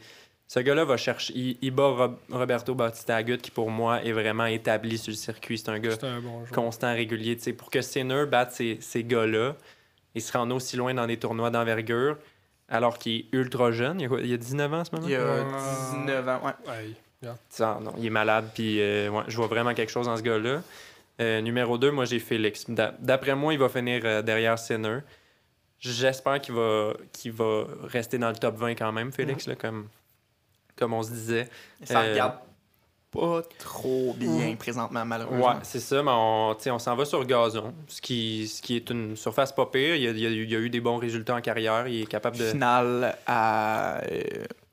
B: ce gars-là va chercher. Il, il bat Rob- Roberto Bautista Agut, qui pour moi est vraiment établi sur le circuit. C'est un gars
A: C'est un bon joueur.
B: constant, régulier. tu sais, pour que Sinner batte ces, ces gars-là, il se rend aussi loin dans des tournois d'envergure, alors qu'il est ultra jeune. Il a, quoi- il a 19 ans en ce moment?
C: Il a
A: Ouais.
C: 19 ans. Ouais.
A: Aïe.
B: Ah, non, il est malade, puis euh, ouais, je vois vraiment quelque chose dans ce gars-là. Euh, numéro 2, moi, j'ai Félix. D'a- D'après moi, il va finir euh, derrière Sinner. J'espère qu'il va, qu'il va rester dans le top 20 quand même, Félix, là, comme, comme on se disait.
C: Ça
B: Euh,
C: regarde pas trop bien présentement,
B: Ouais,
C: malheureusement.
B: c'est ça, mais on, tu sais, on s'en va sur gazon, ce qui, ce qui est une surface pas pire. Il y a, il y a eu- il y a eu des bons résultats en carrière. Il est capable de.
C: Finale à, euh,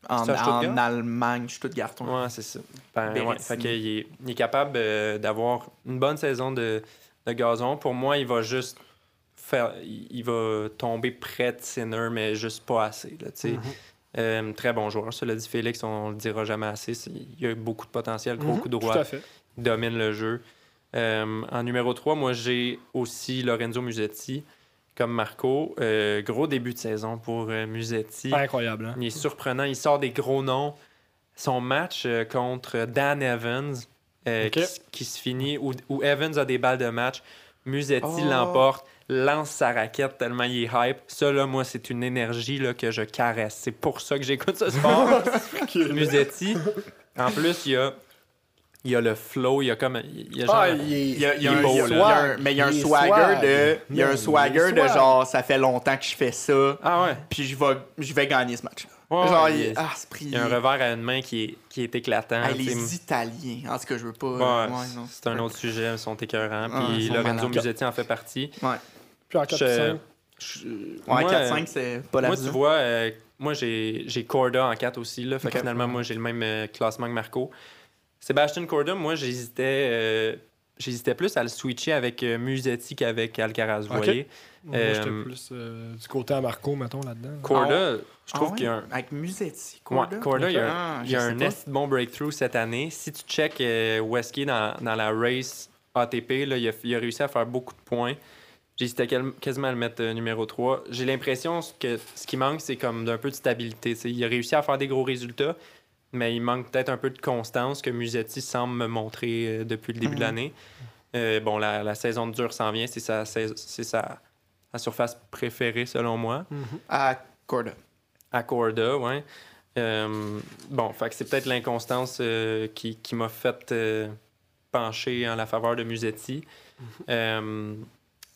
C: en,
B: C'est à Stuttgart?
C: en Allemagne, Stuttgart. ouais.
B: Ouais, c'est ça. Ben,
C: Berrettini.
B: ouais, fait qu'il est- il est, capable euh, d'avoir une bonne saison de, de gazon. Pour moi, il va juste faire. Il il va tomber près de Sinner, mais juste pas assez. Là, tu
A: Mhm.
B: sais.
A: Mm-hmm.
B: Euh, très bon joueur. Cela dit, Félix, on, le dira jamais assez. c'est- Il y a beaucoup de potentiel, gros
A: Mhm,
B: coup droit.
A: Tout à fait.
B: Il domine le jeu. Euh, en numéro 3, moi, j'ai aussi Lorenzo Musetti comme Marco. Euh, gros début de saison pour euh, Musetti.
A: Incroyable, hein?
B: Il est surprenant. Il sort des gros noms. Son match euh, contre Dan Evans, euh,
A: Ok.
B: qui, s- qui se finit, où, où Evans a des balles de match, Musetti
C: Oh.
B: l'emporte, lance sa raquette tellement il est hype. Ça, là, moi, c'est une énergie là, que je caresse. C'est pour ça que j'écoute ce sport. Musetti, en plus, il y a, il y a le flow, il y a comme... Il y a genre-
A: Ah, il est,
C: Il y a, il y a
B: Il est
C: un,
B: beau,
C: il y a
B: là.
C: un- mais il y a un
A: Il est
C: swagger
A: swag.
C: de. Il y a
A: Non, il
C: un
A: est
C: swagger de
A: swag.
C: genre, ça fait longtemps que je fais ça,
B: Ah ouais.
C: puis je vais, je vais gagner ce match.
B: Ouais,
C: genre,
B: ouais,
C: il,
B: il,
C: ah, ce prix.
B: il y a un revers à une main qui est, qui est éclatant.
C: Ah,
B: tu sais.
C: les Italiens. En tout cas, je veux pas.
B: Ouais,
C: ouais, non.
B: c'est un autre sujet, ils sont écœurants.
C: Ah, ils
B: Puis
C: sont
B: Lorenzo
C: malades.
B: Musetti en fait partie.
A: Puis en
B: Je-
A: 4
B: je-
C: Ouais,
B: moi,
C: 4-5, c'est pas
B: euh,
C: la
B: Moi,
C: vision.
B: tu vois, euh, moi, j'ai j'ai Corda en 4 aussi. Là, fait que
C: Ok.
B: finalement, moi, j'ai le même euh, classement que Marco. Sébastien Corda, moi, j'hésitais euh, j'hésitais plus à le switcher avec euh, Musetti qu'avec Alcaraz, vous
A: Ok.
B: voyez.
A: Moi, j'étais
B: Euh,
A: plus euh, du côté à Marco, mettons, là-dedans.
B: Corda, je trouve
C: Ah ouais?
B: qu'il y a un...
C: Avec Musetti,
B: Ouais,
C: Corda.
B: Corda, il y a, un-
C: Ah,
B: il y a
C: je sais
B: un
C: pas.
B: esti de bon breakthrough cette année. Si tu check euh, où est-ce qu'il est dans, dans la race ATP, là, il, a, il a réussi à faire beaucoup de points. J'hésitais quel- quasiment à le mettre euh, numéro 3. J'ai l'impression que ce qui manque, c'est comme d'un peu de stabilité. tu sais. Il a réussi à faire des gros résultats, mais il manque peut-être un peu de constance que Musetti semble me montrer euh, depuis le début de
C: Mhm.
B: l'année. Euh, bon, la, la saison de dur s'en vient. C'est sa, sais- c'est sa- sa surface préférée, selon moi
C: Ah, Corda.
B: à Corda, ouais. Euh, bon, fait que c'est peut-être l'inconstance euh, qui, qui m'a fait euh, pencher en la faveur de Musetti.
C: Mhm.
B: Euh,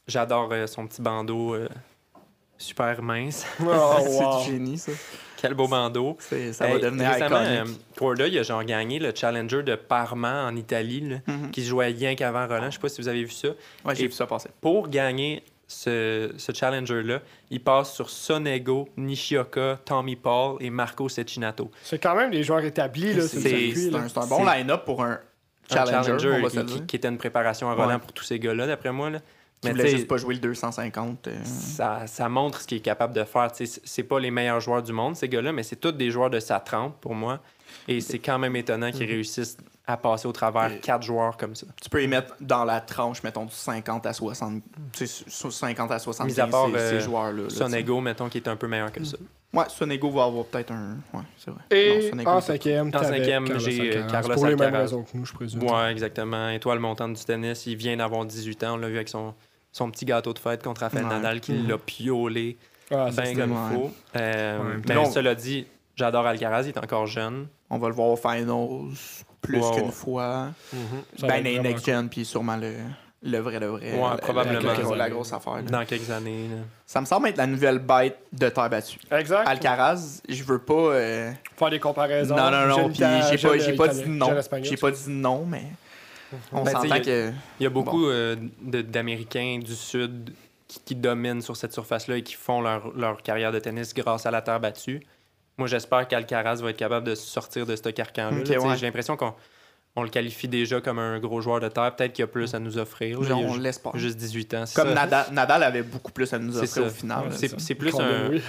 B: J'adore euh, son petit bandeau euh, super mince.
A: Oh, wow.
C: C'est du génie, ça.
B: Quel beau bandeau.
C: C'est- Ça
B: Hey,
C: va devenir
B: récemment,
C: iconique.
B: euh, Corda, il a genre gagné le Challenger de Parma en Italie, là,
C: Mhm.
B: qui se jouait rien qu'avant Roland. Je sais pas si vous avez vu ça.
C: Ouais, j'ai
B: et-
C: vu ça passer.
B: Pour gagner ce, ce Challenger-là, il passe sur Sonego, Nishioka, Tommy Paul et Marco Cecchinato.
A: C'est quand même des joueurs établis, là, sur le
B: C'est-
A: circuit.
C: C'est
A: là.
C: un, c'est un bon
B: C'est-
C: line-up pour un
B: un
C: challenger, on va se
B: qui,
C: le
B: qui-
C: dire.
B: qui était une préparation à Roland
C: Ouais.
B: pour tous ces gars-là, d'après moi. Là.
C: Qui
B: Mais
C: voulait
B: tu
C: juste pas jouer le 250. euh,
B: ça, ça montre ce qu'il est capable de faire. Tu sais, C'est c'est pas les meilleurs joueurs du monde, ces gars-là, mais c'est tous des joueurs de sa trempe pour moi. Et c'est quand même étonnant qu'ils réussissent à passer au travers
C: Mm-hmm. Et-
B: quatre joueurs comme ça.
C: Tu peux y mettre dans la tranche, mettons, du 50 à 60. Tu sais, sur 50 à 70,
B: Mis à part,
C: ces,
B: euh,
C: ces joueurs-là. là, tu sais.
B: Sonego, mettons, qui est un peu meilleur que ça.
C: Ouais, Sonego va avoir peut-être un. Ouais, c'est vrai.
A: Et
C: Non, Sonego,
A: en
C: c'est-
A: cinquième,
B: En
A: t'avais
B: cinquième,
A: Carlos
B: j'ai, euh,
A: Alcaraz,
B: Carlos
A: Pour les mêmes
B: Alcaraz.
A: raisons que nous, je présume.
C: Mm-hmm.
B: Ouais, exactement. Étoile montante du tennis. Il vient d'avoir 18 ans. On l'a vu avec son, son petit gâteau de fête contre Rafael
C: Ouais. Mm-hmm.
B: Nadal qui
A: Mhm.
B: l'a piolé.
A: Ah, ça,
B: Ben
A: c'était-
B: comme
C: ouais.
B: il faut. Euh,
A: En même
B: mais
C: temps-
B: cela dit, j'adore Alcaraz. Il est encore jeune.
C: On va le voir au finals plus
B: Wow.
C: qu'une fois.
A: ça va
C: Ben,
A: être
C: les
A: vraiment
C: Next Gen, puis sûrement le, le vrai, le vrai.
B: Ouais,
C: le-
B: probablement.
C: La, la- la grosse affaire. là.
B: dans quelques années. là.
C: Ça me semble être la nouvelle bête de terre battue.
A: cool. Exact.
C: Alcaraz, je veux pas. euh,
A: Faire des comparaisons.
C: Non, non, non.
A: Jeune
C: Puis
A: Ita-
C: j'ai pas,
A: jeune
C: j'ai pas
A: Italien,
C: dit non.
A: jeune Espagnol.
C: J'ai pas dit non, mais. On
B: Ben,
C: s'entend
B: t'sais,
C: que.
B: Il y a beaucoup euh, de- d'Américains du Sud qui, qui dominent sur cette surface-là et qui font leur, leur carrière de tennis grâce à la terre battue. Moi, j'espère qu'Alcaraz va être capable de sortir de ce carcan-là.
C: Ok,
B: là. Tu sais,
C: ouais.
B: J'ai l'impression qu'on on le qualifie déjà comme un gros joueur de terre. Peut-être qu'il y a plus à nous offrir. là.
C: genre,
B: Il a
C: on
B: ju-
C: l'espère.
B: juste 18 ans. c'est
C: Comme
B: ça.
C: Nadal, Nadal avait beaucoup plus à nous
B: C'est
C: offrir au
B: ça.
C: final.
A: Ouais,
C: là,
B: C'est
C: ça.
B: c'est plus,
A: Qu'on
B: un-
A: aime, oui.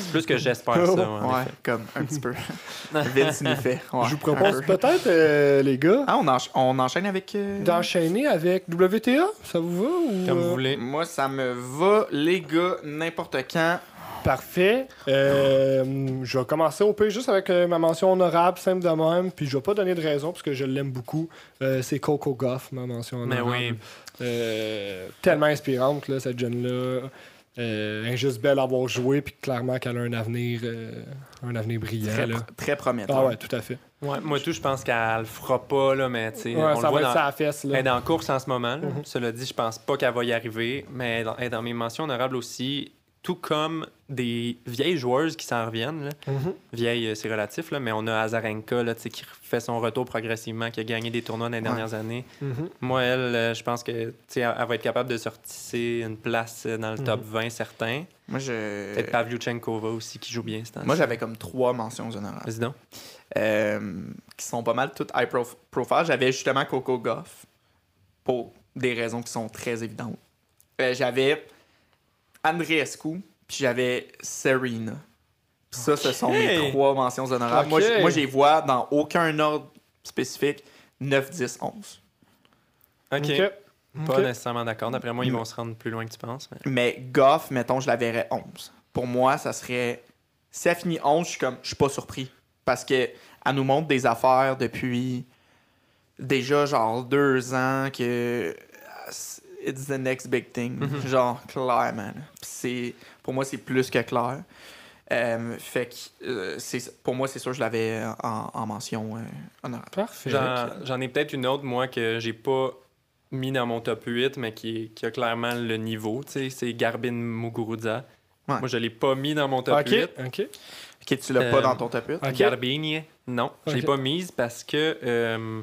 B: c'est plus que j'espère ça. ouais, en
C: Ouais,
B: effet.
C: comme un petit peu. Vince nous fait. ouais,
A: Je vous
C: un
A: propose
C: peu.
A: peut-être, euh, les gars,
C: Ah, on, encha- on enchaîne avec. euh,
A: d'enchaîner avec WTA. Ça vous va? Ou...
B: Comme
A: euh,
B: vous voulez.
C: Moi, ça me va, les gars, n'importe quand.
A: Parfait. Euh, je vais commencer au pire juste avec euh, ma mention honorable, simple de même. Puis je vais pas donner de raison parce que je l'aime beaucoup. Euh, c'est Coco Goff, ma mention
B: Mais
A: honorable.
B: oui.
A: Euh, tellement inspirante, là, cette jeune-là. Euh, juste belle à avoir joué, puis clairement qu'elle a un avenir, euh, un avenir brillant.
C: Très,
A: là.
C: très prometteur.
A: Ah ouais, tout à fait.
B: Ouais, moi, tout, je pense qu'elle le fera pas, là, mais tu sais,
A: Ouais,
B: on le
A: ça va
B: voit
A: être
B: dans-
A: sa fesse. Là.
B: Elle est en course en ce moment. là.
A: Mhm.
B: Cela dit, je pense pas qu'elle va y arriver, mais elle est dans- elle est dans mes mentions honorables aussi, tout comme des vieilles joueuses qui s'en reviennent. là.
A: Mhm.
B: Vieilles, euh, c'est relatif, là, mais on a Azarenka là, tu sais, qui fait son retour progressivement, qui a gagné des tournois dans les
C: Ouais.
B: dernières années.
A: Mhm.
B: Moi, elle, euh, je pense que tu sais, elle elle va être capable de sortir une place euh, dans le top 20, certain.
C: Moi, je...
B: Peut-être Pavlyuchenkova aussi, qui joue bien cette année.
C: Euh, Moi, j'avais comme trois mentions honorables
B: Vas-y donc.
C: euh, qui sont pas mal toutes high prof- profile. J'avais justement Coco Goff pour des raisons qui sont très évidentes. Euh, j'avais Andreescu, puis j'avais Serena. Puis ça, ce sont mes
B: Ok.
C: trois mentions honorables. Moi,
A: Ok.
C: je- Moi, je les vois dans aucun ordre spécifique. 9, 10, 11.
B: OK.
A: Ok.
B: Pas
A: Ok.
B: nécessairement d'accord. D'après moi, ils
C: Mm.
B: vont se rendre plus loin que tu penses. mais-
C: Mais Goff, mettons, je la verrais 11. Pour moi, ça serait. Si elle finit 11, je suis comme. Je suis pas surpris. Parce que elle nous montre des affaires depuis déjà genre deux ans que. It's the next big thing.
B: Mhm.
C: Genre, clairement. là. Puis c'est- Pour moi, c'est plus que clair. Euh, fait que euh, c'est- pour moi, c'est sûr, je l'avais en, en mention euh, honorable.
A: Parfait.
B: J'en j'en ai peut-être une autre, moi, que j'ai pas mis dans mon top 8, mais qui, qui a clairement le niveau. tu sais, C'est Garbin Muguruza.
C: Ouais.
B: Moi, je l'ai pas mis dans mon top
A: Ok,
B: 8.
A: ok.
C: Ok, tu l'as pas
B: Euh,
C: dans ton top 8.
A: ok.
B: Garbigne, non, je l'ai
A: Ok.
B: pas mise parce que euh,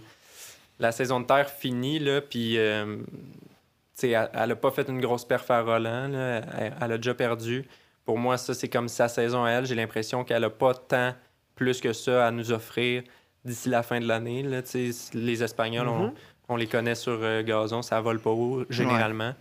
B: la saison de terre finit, là, puis euh, tu sais, elle, elle a pas fait une grosse perf à Roland, là, elle, elle a déjà perdu. Pour moi, ça, c'est comme sa saison à elle. J'ai l'impression qu'elle a pas tant plus que ça à nous offrir d'ici la fin de l'année. là. Tu sais, Les Espagnols, on-
A: Mhm.
B: on, les connaît sur euh, gazon, ça vole pas haut, généralement.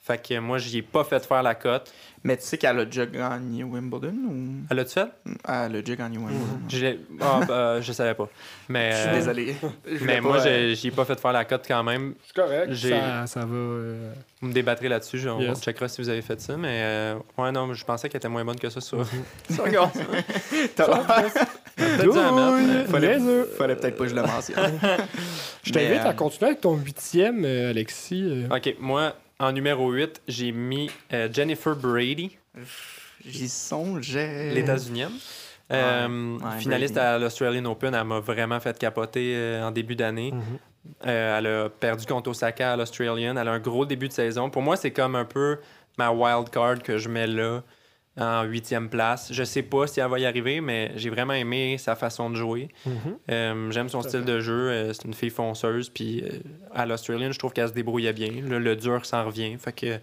B: Fait que moi, j'y ai pas fait faire la cote.
C: Mais tu sais qu'elle a déjà gagné Wimbledon ou.
B: Elle l'a-tu fait?
C: Elle a déjà gagné Wimbledon.
B: Je l'ai- Ah, bah, je savais pas. Mais,
C: Je suis
B: euh,
C: désolé. Je voulais
B: Mais moi,
C: pas, euh,
B: j'ai j'y ai pas fait faire la cote quand même.
A: C'est correct.
B: J'ai-
A: Ça, ça va. euh,
B: Vous me débattrez là-dessus. je- On
A: Yes.
B: checkera si vous avez fait ça. Mais euh, ouais, non, je pensais qu'elle était moins bonne que ça. Sur...
C: sur Gazon. T'as l'air-
A: Oh,
B: Peut-être dû la mettre, mais-
A: Douille,
C: Fallait,
A: les œufs.
C: fallait peut-être pas que je le mentionne.
A: Je t'invite
C: Mais, euh,
A: à continuer avec ton huitième, euh, Alexis. euh.
B: ok, moi, en numéro 8, j'ai mis euh, Jennifer Brady,
C: euh, J'y songeais.
B: l'états-unienne. Euh,
C: Ouais, ouais,
B: finaliste
C: Brady.
B: à l'Australian Open, elle m'a vraiment fait capoter euh, en début d'année.
A: Mhm.
B: Euh, elle a perdu contre Osaka à l'Australian. Elle a un gros début de saison. Pour moi, c'est comme un peu ma wild card que je mets là, en huitième place. Je sais pas si elle va y arriver, mais j'ai vraiment aimé sa façon de jouer.
A: Mhm.
B: Euh, J'aime son
A: Tout à
B: style
A: fait.
B: de jeu. Euh, c'est une fille fonceuse. Puis euh, à l'Australian, je trouve qu'elle se débrouillait bien. Là, le dur s'en revient. Fait que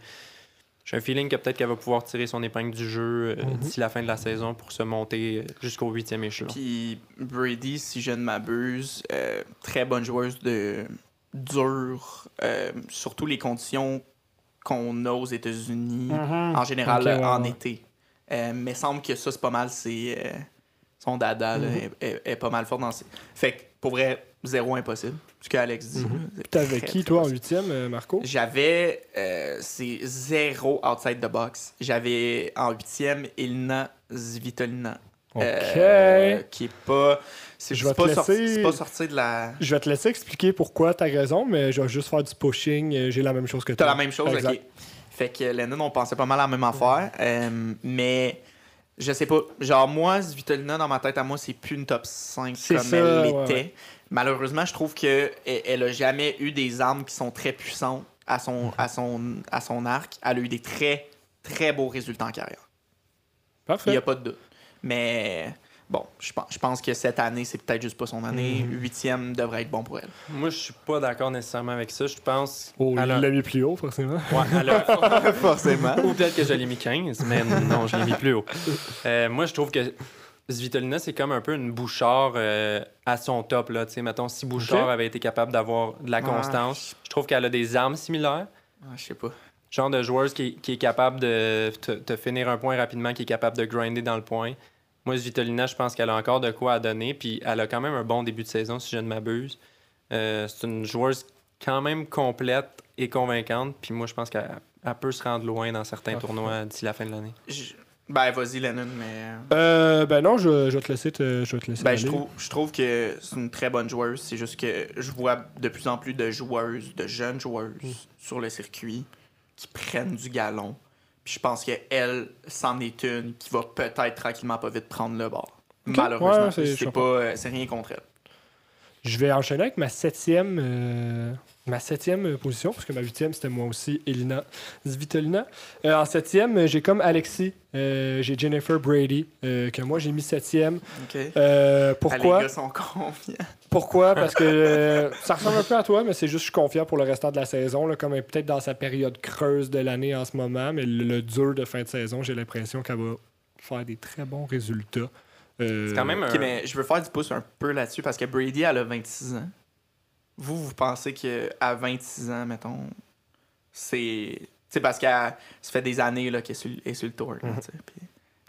B: j'ai un feeling que peut-être qu'elle va pouvoir tirer son épingle du jeu euh,
A: Mhm.
B: d'ici la fin de la saison pour se monter euh, jusqu'au huitième échelon.
C: Puis Brady, si je ne m'abuse, euh, très bonne joueuse de dur, euh, surtout les conditions qu'on a aux États-Unis, en général
A: Mm-hmm. Ok, ouais,
C: en
A: ouais.
C: été. Euh, mais semble que ça, c'est pas mal, c'est euh, son dada là,
A: Mhm.
C: est, est- est pas mal fort dans ses... Fait que pour vrai, zéro impossible. Ce que Alex dit.
A: Mhm.
C: là, c'est
A: T'avais
C: très,
A: qui,
C: très
A: toi, en
C: possible.
A: huitième, euh, Marco
C: J'avais, euh, c'est zéro outside the box. J'avais en huitième Ilna Svitolina.
A: Ok.
C: Euh, qui est pas. C'est
A: Je
C: c'est
A: vais
C: pas,
A: te
C: sorti,
A: laisser-
C: c'est pas sorti de la.
A: Je vais te laisser expliquer pourquoi t'as raison, mais je vais juste faire du pushing. euh, J'ai la même chose que
C: T'as
A: toi.
C: la même chose,
A: Exact.
C: ok. Fait que Lennon, on pensait pas mal à la même affaire. euh, mais je sais pas. Genre, moi, Svitolina, dans ma tête à moi, c'est plus une top 5
A: C'est
C: comme
A: ça,
C: elle
A: ouais,
C: l'était.
A: ouais.
C: Malheureusement, je trouve qu'elle elle a jamais eu des armes qui sont très puissantes à
A: Mm-hmm.
C: son, à son, à son arc. Elle a eu des très, très beaux résultats en carrière. Il n'y
A: Parfait.
C: a pas de doute. Mais bon, je pense, je pense que cette année, c'est peut-être juste pas son année.
A: Mm-hmm.
C: Huitième devrait être bon pour elle.
B: Moi, je suis pas d'accord nécessairement avec ça. Je pense.
A: Oh,
B: elle a-
A: il l'a mis plus haut, forcément.
B: Ouais, elle a-
C: Forcément.
A: Hein?
B: Ou peut-être que je l'ai mis 15, mais non, je l'ai mis plus haut. Euh, moi, je trouve que Svitolina, c'est comme un peu une Bouchard euh, à son top. Là. Tu sais, Mettons, si Bouchard
A: Ok.
B: avait été capable d'avoir de la
C: Ouais.
B: constance, je trouve qu'elle a des armes similaires.
C: je sais pas.
B: Genre de joueuse qui, qui est capable de te, te finir un point rapidement, qui est capable de grinder dans le point. Moi, Svitolina, je pense qu'elle a encore de quoi à donner, puis elle a quand même un bon début de saison, si je ne m'abuse. Euh, c'est une joueuse quand même complète et convaincante, puis moi, je pense qu'elle elle peut se rendre loin dans certains
A: Parfait.
B: tournois d'ici la fin de l'année.
C: Je- Ben, vas-y, Lennon, mais.
A: Euh, ben non, je, je vais te laisser. te- je vais te laisser
C: Ben, je
A: aller.
C: trouve, je trouve que c'est une très bonne joueuse. C'est juste que je vois de plus en
A: Hmm.
C: plus de joueuses, de jeunes joueuses sur le circuit qui prennent du galon Puis je pense qu'elle, c'en est une qui va peut-être tranquillement pas vite prendre le bord.
A: Ok.
C: Malheureusement,
A: Ouais, c'est- je
C: c'est pas,
A: comprends.
C: euh, c'est rien contre elle.
A: Je vais enchaîner avec ma septième, euh, ma septième euh, position, parce que ma huitième, c'était moi aussi, Elina Svitolina. Euh, en septième, euh, j'ai comme Alexis, euh, j'ai Jennifer Brady, euh, que moi j'ai mis septième. Euh, pourquoi
C: Les Ben, gars sont confiants.
A: Pourquoi? Parce que euh, ça ressemble un peu à toi, mais c'est juste je suis confiant pour le restant de la saison, là, comme elle est peut-être dans sa période creuse de l'année en ce moment, mais le, le dur de fin de saison, j'ai l'impression qu'elle va faire des très bons résultats. Euh,
B: C'est quand même un...
C: Ok, mais je veux faire du pouce un peu là-dessus parce que Brady, elle a 26 ans. Vous, vous pensez qu'à 26 ans, mettons, c'est. C'est parce qu'elle. Ça fait des années là, qu'elle est sur, le- elle est sur le tour. Là, tu sais, puis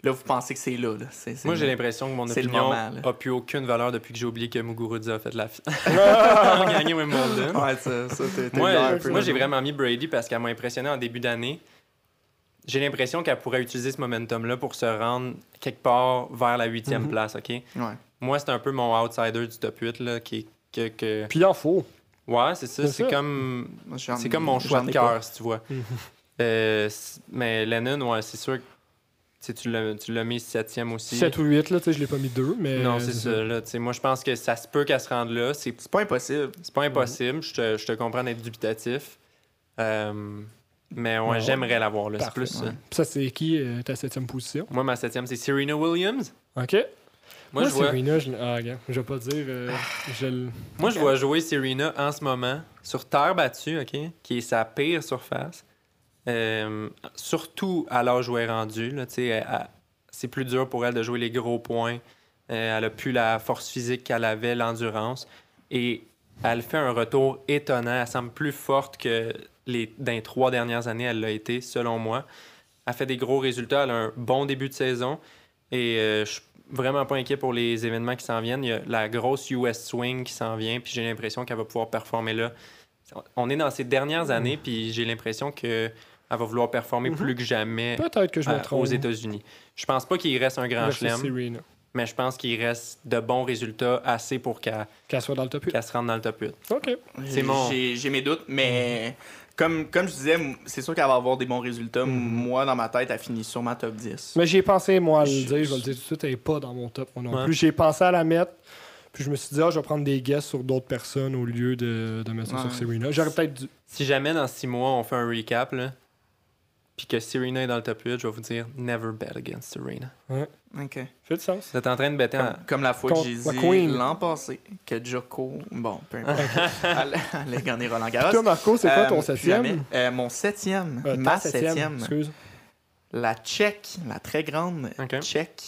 C: là, vous pensez que c'est là. là. C'est- c'est
B: Moi,
C: là.
B: j'ai l'impression que mon
C: C'est le
B: opinion
C: moment, là.
B: n'a plus aucune valeur depuis que j'ai oublié que Muguruza a fait de la finale. a gagné Wimbledon.
C: Ouais, ça, ça t'es- t'es
B: Moi,
C: bizarre un
B: euh,
C: peu,
B: moi
C: là.
B: j'ai vraiment mis Brady parce qu'elle m'a impressionné en début d'année. J'ai l'impression qu'elle pourrait utiliser ce momentum-là pour se rendre quelque part vers la huitième
A: Mhm.
B: place, OK?
C: Ouais.
B: Moi, c'est un peu mon outsider du top 8, là, qui... Que, que-
A: Puis il en faut.
B: Ouais, c'est ça.
A: C'est
B: C'est
A: ça.
B: comme...
C: Moi, j'en-
B: C'est comme mon choix
C: j'en
B: de
C: ai pas.
B: cœur, si tu vois. Euh, c- mais Lennon, ouais, c'est sûr que tu sais, tu l'as tu l'as mis septième aussi.
A: 7 ou 8, là, tu sais, je l'ai pas mis 2, mais.
B: Non, c'est ça. Là, tu sais, moi, je pense que ça se peut qu'elle se rende là. C'est
C: C'est pas impossible.
B: c'est pas impossible. Je te, je te comprends d'être dubitatif. Euh, mais ouais,
A: Ouais.
B: j'aimerais l'avoir. là, C'est
A: Parfait,
B: plus ça.
C: ouais.
A: Puis ça, c'est qui euh, ta septième position?
B: Moi, ma septième, c'est Serena Williams.
A: OK.
B: Moi, je vois,
A: Serena, je... Ah, regarde, je vais pas dire. euh, je l-
B: moi, je vois jouer Serena en ce moment sur terre battue, ok, qui est sa pire surface. Euh, surtout à l'âge où elle est rendue. là, tu sais, elle- elle- c'est plus dur pour elle de jouer les gros points. Euh, elle a plus la force physique qu'elle avait, l'endurance. Et elle fait un retour étonnant. Elle semble plus forte que les, dans les trois dernières années, elle l'a été, selon moi. Elle fait des gros résultats. Elle a un bon début de saison. Et euh, je suis vraiment pas inquiet pour les événements qui s'en viennent. Il y a la grosse US Swing qui s'en vient. Puis j'ai l'impression qu'elle va pouvoir performer là. On est dans ses dernières années. Puis j'ai l'impression que elle va vouloir performer
A: Mhm.
B: plus que jamais
A: Peut-être que je me
B: à-
A: trompe.
B: Ah. Euh, aux États-Unis. Je pense pas qu'il reste un grand
A: Mais c'est
B: chelem,
A: Serena.
B: mais je pense qu'il reste de bons résultats assez pour qu'elle
A: Qu'elle soit dans le top 8.
B: qu'elle se rende dans le top 8.
A: OK.
B: C'est mon-
C: J'ai j'ai mes doutes, mais comme, comme je disais, m- c'est sûr qu'elle va avoir des bons résultats. Moi, dans ma tête, elle finit sûrement top 10.
A: Mais j'y ai pensé, moi, à le
C: Je-
A: dire. Je vais le dire tout de suite, elle n'est pas dans mon top, moi non
B: Ouais.
A: plus. J'ai pensé à la mettre. Puis je me suis dit, ah, je vais prendre des guests sur d'autres personnes au lieu de, de mettre ça
C: Ouais.
A: sur Serena. J'aurais peut-être dû.
B: Si jamais dans six mois on fait un recap, là, puis que Serena est dans le top 8, je vais vous dire never bet against Serena.
C: OK.
A: Fait du sens.
B: Vous êtes en train de better.
C: Comme,
B: en-
C: comme la fois que
A: Contre
C: j'ai
A: la
C: dit
A: Queen.
C: l'an passé que Joko, bon, peu importe, allait allait gagner Roland Garros.
A: Toi, Marco, c'est quoi
C: Euh,
A: ton
C: plus jamais.
A: septième?
C: Euh, mon septième,
A: Euh, ta
C: ma septième,
A: Excuse.
C: la Tchèque, la très grande
B: Ok.
C: Tchèque,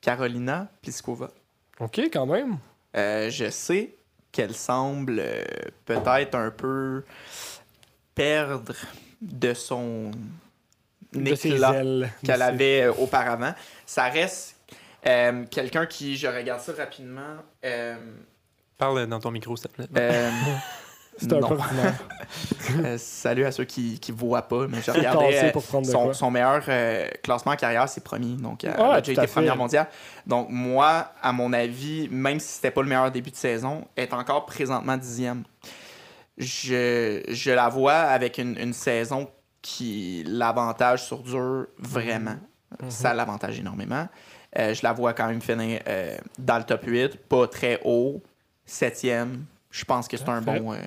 C: Carolina Pliskova.
A: OK, quand même.
C: Euh, je sais qu'elle semble euh, peut-être un peu perdre de son
A: De ses
C: éclat
A: ailes. De
C: qu'elle
A: ses-
C: avait euh, auparavant. Ça reste euh, quelqu'un qui, je regarde ça rapidement, euh,
B: Parle dans ton micro, s'il te plaît.
C: euh,
A: C'est un
C: non.
A: peu ordinaire.
C: Euh, salut à ceux qui ne voient pas, mais je
A: C'est tassé
C: regardais
A: pour prendre de
C: euh, son,
A: quoi.
C: son meilleur euh, classement en carrière, c'est premier. Donc, euh,
A: Ah,
C: elle a
A: tout
C: déjà
A: à
C: été
A: fait.
C: première mondiale. Donc, moi, à mon avis, même si c'était pas le meilleur début de saison, elle est encore présentement dixième. Je, je la vois avec une, une saison qui l'avantage sur dur vraiment.
A: Mhm.
C: Ça l'avantage énormément. Euh, je la vois quand même finir euh, dans le top 8, pas très haut, septième. Je pense que c'est un
A: Parfait.
C: bon. euh,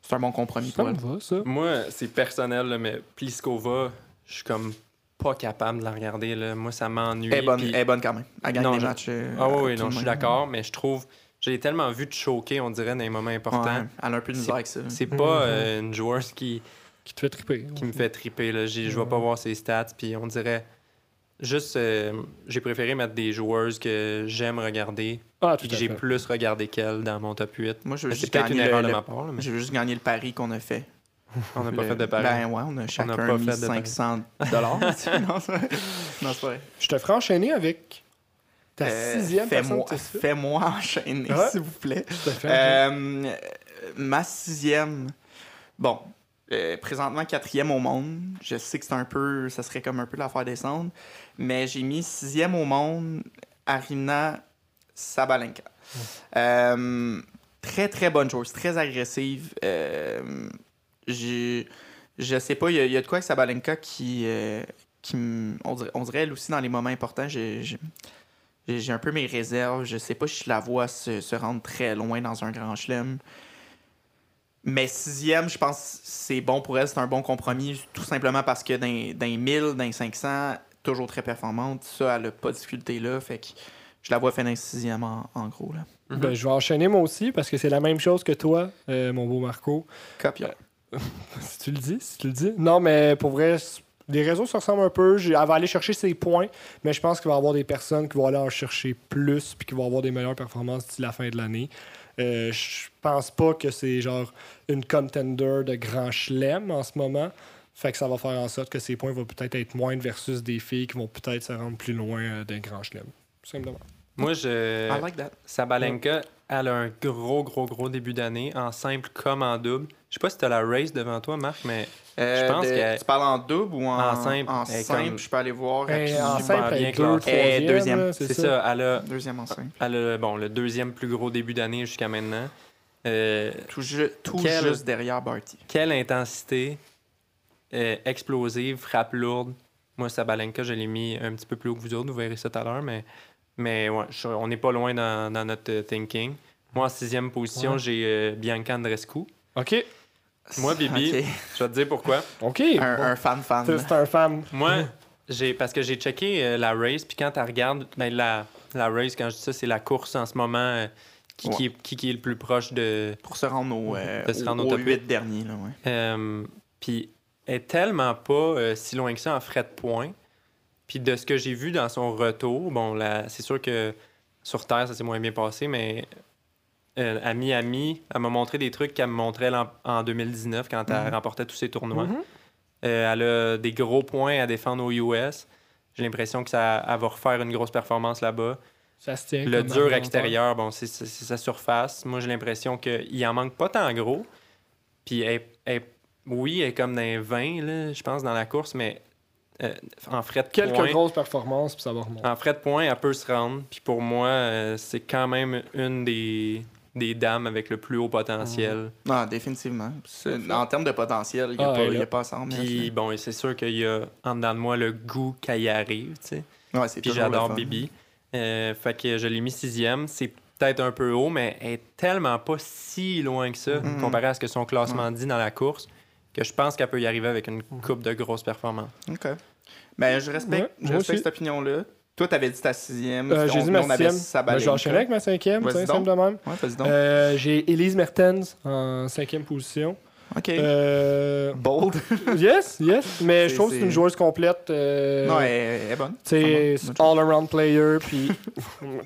C: c'est un bon compromis
A: Ça
C: pour
A: me
C: elle.
A: va, ça.
B: Moi, c'est personnel, là, mais Pliskova, je suis comme pas capable de la regarder. là. Moi, ça m'ennuie.
C: Elle est bonne,
B: puis-
C: elle est bonne quand même. Elle gagne
B: Non,
C: des
B: je-
C: matchs. euh,
B: Ah oui,
C: tout
B: oui,
C: le
B: non, je suis
C: monde.
B: d'accord, mais je trouve... J'ai tellement vu de choquer, on dirait, dans les moments importants.
C: Ouais, elle a un peu de misère avec ça.
B: C'est
A: Mhm.
B: pas euh, une joueuse qui,
A: Qui te fait triper.
B: qui me fait triper. Là. J'ai- Je vais pas voir ses stats. Puis on dirait. Juste, euh, j'ai préféré mettre des joueuses que j'aime regarder.
A: Ah, tout
B: Puis
A: à
B: que j'ai
A: fait.
B: plus regardé qu'elles dans mon top 8.
C: Moi, je veux
B: Mais C'est
C: juste
B: peut-être une
C: gagner le,
B: erreur de
C: le-
B: ma part, là, mais
C: je veux juste gagner le pari qu'on a fait.
B: on n'a pas
C: Le-
B: fait de pari.
C: Ben ouais, on a chacun
B: pas
C: mis
B: fait de pari.
C: 500 dollars. non, c'est non, c'est vrai.
A: Je te ferai enchaîner avec ta
C: Euh,
A: sixième personne
C: fais-moi,
A: que t'as fait.
C: fais-moi enchaîner,
A: Ouais.
C: s'il vous plaît.
A: Je te fais enchaîner.
C: Euh, euh, ma sixième. Bon, euh, présentement quatrième au monde. Je sais que c'est un peu. Ça serait comme un peu l'affaire descendre. Mais j'ai mis sixième au monde, Arina Sabalenka. Euh, très, très bonne chose, très agressive. Euh, j'ai- Je sais pas, il y, a- il y a de quoi avec Sabalenka qui. euh, qui m- on, dirait, on dirait, elle aussi, dans les moments importants, j'ai j'ai- j'ai- j'ai un peu mes réserves. Je sais pas si je la vois se, se rendre très loin dans un grand chelem. Mais sixième, je pense que c'est bon pour elle, c'est un bon compromis, tout simplement parce que d'un d'un 1000, d'un 500, toujours très performante. Ça, elle a pas de difficulté là. Fait que je la vois finir sixième en, en gros. Là.
B: Mhm.
A: Ben, je vais enchaîner moi aussi parce que c'est la même chose que toi, euh, mon beau Marco.
C: Copia.
A: Si tu le dis, si tu le dis. Non, mais pour vrai, c- les réseaux se ressemblent un peu. J'ai- Elle va aller chercher ses points, mais je pense qu'il va y avoir des personnes qui vont aller en chercher plus puis qui vont avoir des meilleures performances d'ici la fin de l'année. Euh, je pense pas que c'est genre une contender de grand chelem en ce moment. Fait que ça va faire en sorte que ses points vont peut-être être moindres versus des filles qui vont peut-être se rendre plus loin euh, d'un grand chelem. Simplement.
B: Moi, je.
C: I like that.
B: Sabalenka, elle a un gros, gros, gros début d'année en simple comme en double. Je sais pas si t'as la race devant toi, Marc, mais
C: Euh,
B: pense
C: de-
B: que-
C: Tu parles en double ou en,
B: En simple,
C: En
B: elle est
C: simple,
B: comme-
C: je peux aller voir.
A: Et
C: rapidement.
A: Euh, Eh, en
B: super
A: simple,
B: bien
A: avec deux,
B: classée.
A: troisième,
C: Et deuxième.
A: là,
B: c'est ça. Elle a,
C: Deuxième en simple.
B: elle a, bon, le deuxième plus gros début d'année jusqu'à maintenant. Euh,
C: Tout, ju- tout
B: Quel-
C: juste derrière Barty.
B: quelle intensité euh, explosive, frappe lourde. Moi, Sabalenka, je l'ai mis un petit peu plus haut que vous autres, vous verrez ça tout à l'heure, mais, mais ouais, je- on n'est pas loin dans, dans notre euh, thinking. Moi, en sixième position,
A: Ouais.
B: j'ai euh, Bianca Andreescu.
A: OK.
B: Moi, Bibi,
C: Ok.
B: je vais te dire pourquoi.
A: OK.
C: Un, un fan fan.
A: C'est c'est un fan.
B: Moi, j'ai parce que j'ai checké euh, la race, puis quand tu regardes, ben, la, la race, quand je dis ça, c'est la course en ce moment euh, qui, qui, est- qui- qui est le plus proche de.
C: Pour se rendre au, euh,
B: De se
C: au-
B: rendre au
C: au
B: top
C: 8 dernier. Là, ouais.
B: euh, puis elle est tellement pas euh, si loin que ça en frais de points. Puis de ce que j'ai vu dans son retour, bon, la- c'est sûr que sur Terre, ça s'est moins bien passé, mais euh, à Miami, elle m'a montré des trucs qu'elle me montrait l'an- en 2019 quand elle
C: Mhm.
B: remportait tous ses tournois.
A: Mhm.
B: Euh, elle a des gros points à défendre aux US. J'ai l'impression que ça elle va refaire une grosse performance là-bas.
A: Ça se tient
B: Le
A: comme
B: dur
A: un
B: extérieur, bon, c'est c'est- c'est sa surface. Moi, j'ai l'impression qu'il en manque pas tant gros. Puis, elle- elle- oui, elle est comme dans les 20, là, je pense, dans la course, mais euh, en frais de
A: Quelques
B: points,
A: grosses performances, puis ça va remonter.
B: en frais de points, elle peut se rendre. Puis pour moi, euh, c'est quand même une des, des dames avec le plus haut potentiel.
C: Non, Ah, définitivement. C'est-
A: Euh,
C: En termes de potentiel, il n'y a,
A: Ah,
C: pas-
A: elle
C: il y a
A: a-
C: pas à s'en remettre,
B: Puis bon, et c'est sûr qu'il y a en dedans de moi le goût qu'elle y arrive, tu sais.
C: là. Ouais, c'est
B: Puis
C: toujours le
B: j'adore
C: fun.
B: Bibi. Euh, fait que je l'ai mis sixième. C'est peut-être un peu haut, mais elle est tellement pas si loin que ça,
C: Mhm.
B: comparé à ce que son classement
C: Mm.
B: dit dans la course, que je pense qu'elle peut y arriver avec une coupe de grosses performances.
C: OK. Ben, je respecte,
A: Ouais,
C: je
A: moi
C: respecte
A: aussi.
C: cette opinion-là. Toi, t'avais dit ta sixième.
A: Euh,
C: On-
A: J'ai dit
C: nous,
A: ma
C: on avait
A: sixième. Ben,
C: Sabalenka.
A: J'ai enchaîné avec ma cinquième,
C: Vas-y
A: c'est
C: donc.
A: simple de même.
C: Ouais, vas-y donc.
A: Euh, J'ai Elise Mertens en cinquième position.
C: OK.
A: Euh,
C: Bold.
A: yes, yes. Mais
C: C'est-
A: je trouve que c'est une
C: c'est-
A: joueuse complète. euh,
C: non, elle, elle est bonne.
A: tu sais,
C: Bonne chose.
A: all-around player, puis...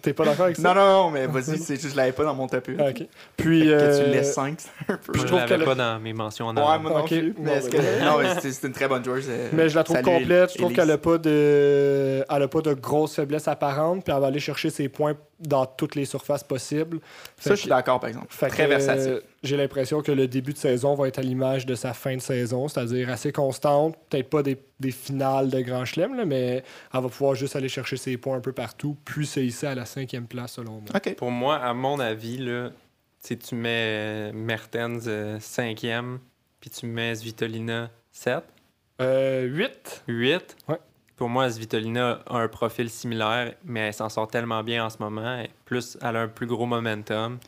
A: T'es pas d'accord avec ça?
C: Non, non, non, mais vas-y, c'est juste, je l'avais pas dans mon top 8.
A: Ah, OK. Puis...
C: Que tu
A: euh,
C: laisses 5, c'est un peu.
A: Puis
B: Moi, je
A: trouve
B: l'avais
A: qu'elle a-
B: pas dans mes mentions en
C: Ouais,
B: avant.
C: moi non
A: ok.
C: plus.
A: Bon,
C: Mais est-ce
A: ben,
C: que- Non, mais c'est- c'est une très bonne joueuse. euh,
A: Mais je la trouve
C: salut,
A: complète. Je trouve
C: Elise.
A: qu'elle a pas de, elle a pas de grosses faiblesses apparentes. Puis elle va aller chercher ses points dans toutes les surfaces possibles. Fait
C: Ça, je suis
A: que-
C: d'accord, par exemple.
A: Fait
C: Très
A: que,
C: versatile.
A: euh, J'ai l'impression que le début de saison va être à l'image de sa fin de saison, c'est-à-dire assez constante, peut-être pas des, des finales de Grand Chelem, là, mais elle va pouvoir juste aller chercher ses points un peu partout, puis c'est ici à la cinquième place selon moi.
C: OK.
B: Pour moi, à mon avis, là, si tu mets euh, Mertens euh, cinquième, puis tu mets Svitolina 7,
A: Euh, 8.
B: 8.
A: Ouais.
B: Pour moi, Svitolina a un profil similaire, mais elle s'en sort tellement bien en ce moment. Et plus, elle a un plus gros momentum.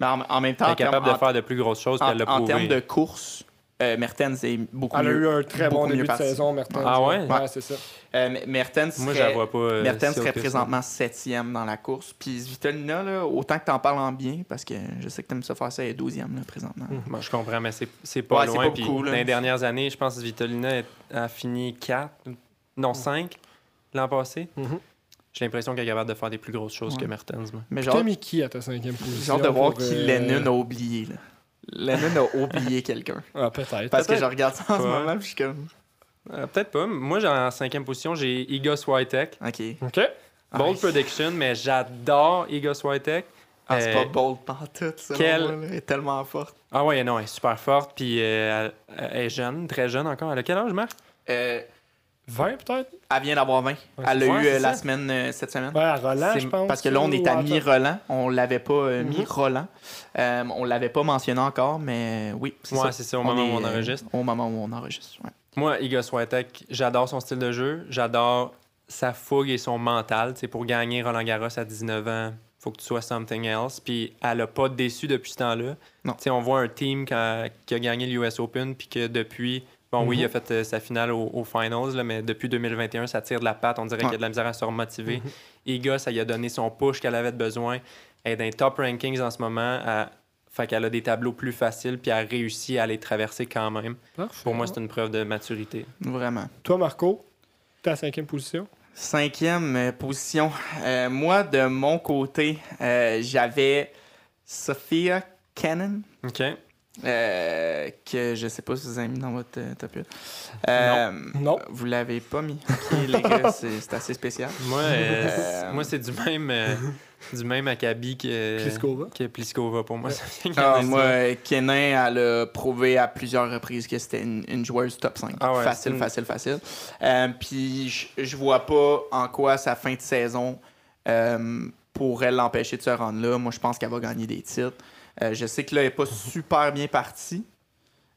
C: Mais en, en même temps,
B: Elle
C: en
B: est
C: termes
B: capable de faire de plus grosses choses,
C: en-
B: puis elle l'a
C: en termes
B: prouvé.
C: de course, euh, Mertens est beaucoup
A: Elle a
C: mieux.
A: eu un très
C: beaucoup
A: bon
C: mieux
A: début de
C: parti.
A: saison, Mertens.
B: Ah ouais?
A: Ouais, c'est ça.
C: Euh, M- Mertens
B: Moi, je
C: serait-
B: la vois pas. euh,
C: Mertens
B: si haut
C: serait
B: que ça.
C: présentement septième dans la course. Puis Svitolina, là, autant que t'en parles en bien, parce que je sais que t'aimes ça faire ça, elle est douzième là, présentement.
B: Moi, je comprends, mais c'est c'est pas
C: Ouais, c'est
B: loin.
C: pas
B: puis
C: beaucoup, là.
B: dans les dernières années, je pense que Svitolina est- a fini 4,
C: Mm.
B: non 5 l'an passé.
A: Mhm.
B: J'ai l'impression qu'elle est capable de faire des plus grosses choses
C: Ouais.
B: que Mertens. moi.
C: Mais
A: J'ai
C: genre,
A: T'as mis qui à ta cinquième
C: j'ai
A: position?
C: hâte de voir
A: pour,
C: qui
A: euh,
C: Lennon a oublié. là. Lennon a oublié quelqu'un.
A: Ah, peut-être.
C: Parce que
A: peut-être.
C: je regarde ça en ce
B: Ouais.
C: moment, puis je suis comme.
B: Euh, Peut-être pas. Moi, j'ai- en cinquième position, j'ai Iga Swiatek.
C: Ok.
A: OK.
B: Bold
C: Ah,
B: prediction, mais j'adore Iga Swiatek.
C: Ah, c'est pas
B: Euh,
C: bold pantoute, ça.
B: quelle-
C: là, Elle est tellement forte.
B: Ah ouais, non, elle est super forte, puis euh, elle, elle est jeune, très jeune encore. Elle a quel âge, Marc?
C: Euh,
A: 20 peut-être
C: Elle vient d'avoir 20.
A: Ouais,
C: Elle l'a
B: ouais,
C: eu euh,
B: c'est
C: la
B: ça.
C: semaine, euh, cette semaine.
A: Ouais, à Roland,
B: C'est-
A: je pense.
C: Parce que là, on est à
A: mi
C: mi-Roland. On l'avait pas euh,
A: Mhm.
C: mi-Roland. Euh, on l'avait pas mentionné encore, mais oui, c'est
B: Ouais,
C: ça.
B: c'est ça, au moment où on
C: est, euh,
B: enregistre.
C: Au moment où on enregistre, ouais.
B: Moi, Iga Swiatek, j'adore son style de jeu. J'adore sa fougue et son mental. C'est pour gagner Roland Garros à 19 ans, faut que tu sois something else. Puis elle a pas déçu depuis ce temps-là.
C: Non.
B: T'sais, on voit un team quand- qui a gagné l'US Open, puis que depuis. Bon, oui,
A: Mhm.
B: il a fait euh, sa finale au, aux finals, là, mais depuis 2021, ça tire de la patte. On dirait qu'il y a de la misère à se remotiver. Iga, ça lui a donné son push qu'elle avait besoin. Elle est dans les top rankings en ce moment. Elle- Fait qu'elle a des tableaux plus faciles, puis elle a réussi à les traverser quand même. Pour
C: Ah.
B: moi, c'est une preuve de maturité.
C: Vraiment.
A: Ah, Toi, Marco, t'es à cinquième position.
C: Cinquième euh, position. Euh, moi, de mon côté, euh, j'avais Sophia Cannon,
B: OK.
C: euh, que je sais pas si vous avez mis dans votre euh, top huit. Euh,
A: Non.
C: Vous l'avez pas mis. Ok, les gars, c'est c'est assez spécial.
B: Moi, euh, c'est-
C: Euh,
B: moi c'est du même euh, du même acabit que
A: Pliskova.
B: que Pliskova pour moi. Ça vient
C: Ah,
B: de ça.
C: moi, euh, Kenin, elle a prouvé à plusieurs reprises que c'était une, une joueuse top 5.
B: Ah ouais,
C: facile,
B: c'est-
C: facile, facile, Euh, Puis je- je vois pas en quoi sa fin de saison euh, pourrait l'empêcher de se rendre là. Moi, je pense qu'elle va gagner des titres. Euh, je sais que là, elle est pas super bien partie.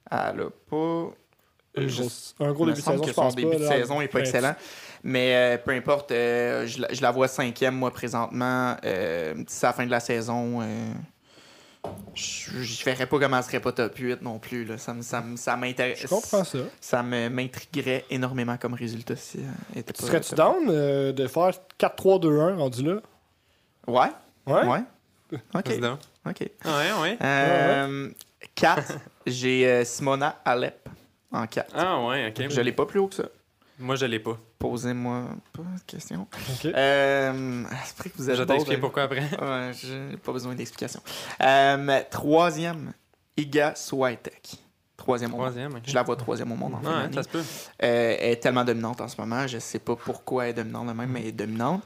C: Elle a pas.
A: Une
C: je-
A: grosse- Un gros
C: il
A: début
C: me
A: de
C: semble
A: saison,
C: que
A: je pense
C: son début
A: pas,
C: de
A: là. Ben,
C: saison n'est pas
A: Ouais,
C: excellent. Mais euh, peu importe, euh, je, la, je la vois cinquième, moi, présentement. Euh, si à la fin de la saison, euh, je je verrais pas comment elle serait pas top 8 non plus. Là. Ça, me- ça, me- ça m'intéresse.
A: Je comprends ça.
C: Ça me, m'intriguerait énormément comme résultat si euh, elle était
A: Tu
C: pas
A: Serais-tu
C: top.
A: down euh, de faire 4-3-2-1 rendu là?
C: Ouais,
A: Ouais?
C: ouais. OK,
B: Vas-y donc. Ah,
C: OK.
B: Ouais, ouais.
C: Euh, 4, j'ai euh, Simona Alep en 4.
B: Ah ouais, OK.
C: Je l'ai pas plus haut que ça.
B: Moi, je l'ai pas.
C: Posez-moi pas de questions.
A: Ok.
C: Euh, esprit que vous êtes
B: Je vais
C: bon,
B: t'expliquer
C: ben-
B: pourquoi après.
C: Ouais, j'ai pas besoin d'explication. Euh, troisième, Iga Swiatek. Troisième au monde.
B: Troisième. ok.
C: Je la vois troisième au monde en fin
B: Ouais,
C: d'année.
B: ça se peut.
C: Euh, elle est tellement dominante en ce moment. Je sais pas pourquoi elle est dominante de même, mais elle est dominante.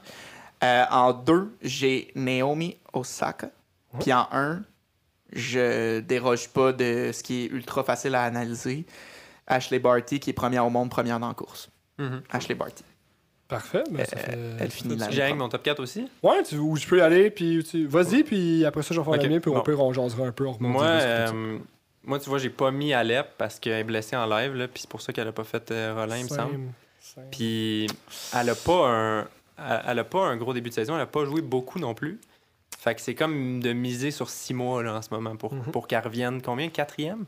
C: Euh, en deux, j'ai Naomi Osaka. Puis en un, je déroge pas de ce qui est ultra facile à analyser. Ashley Barty, qui est première au monde, première en course.
B: Mhm.
C: Ashley Barty.
A: Parfait. ben, ça
C: Euh,
A: fait-
C: elle
A: ça
C: finit
A: fait
C: la-
A: du-
B: J'ai mon top 4 aussi.
A: Ouais, tu, où je peux aller, puis tu- vas-y, puis après ça, je vais faire
B: Ok,
A: la mienne, puis
B: bon.
A: au pire, on jasera un peu, on remonte.
B: Moi,
A: sur le discours.
B: euh, moi, tu vois, j'ai pas mis Alep parce qu'elle est blessée en live, là, puis c'est pour ça qu'elle a pas fait euh, Roland, il me semble.
A: Same, same.
B: Puis elle a pas un elle elle a pas un gros début de saison, elle a pas joué beaucoup non plus. Fait que c'est comme de miser sur six mois là, en ce moment pour,
A: Mhm.
B: pour qu'elle revienne combien Quatrième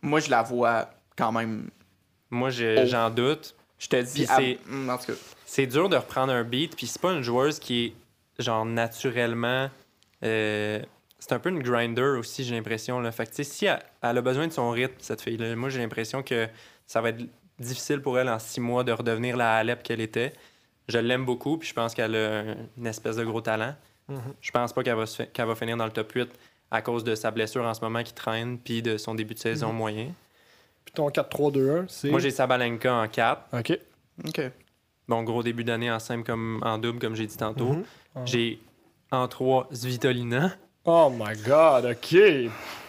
C: Moi, je la vois quand même.
B: Moi j'ai-
C: Oh.
B: j'en doute.
C: Je te dis.
B: Puis
C: ah,
B: c'est-
C: mm, en tout cas.
B: C'est dur de reprendre un beat, puis c'est pas une joueuse qui est genre naturellement. euh, c'est un peu une grinder aussi, j'ai l'impression. là. Fait que tu sais, si elle, elle a besoin de son rythme, cette fille-là, moi j'ai l'impression que ça va être difficile pour elle en six mois de redevenir la Alep qu'elle était. Je l'aime beaucoup, puis je pense qu'elle a une espèce de gros talent.
A: Mhm.
B: Je pense pas qu'elle va, se fi- qu'elle va finir dans le top 8 à cause de sa blessure en ce moment qui traîne, puis de son début de saison moyen.
A: Puis ton 4-3-2-1, c'est.
B: Moi, j'ai Sabalenka en 4.
A: Ok.
C: OK.
B: Bon, gros début d'année en simple comme en double, comme j'ai dit tantôt.
A: Mhm.
B: J'ai en 3 Svitolina.
A: Oh my god, ok.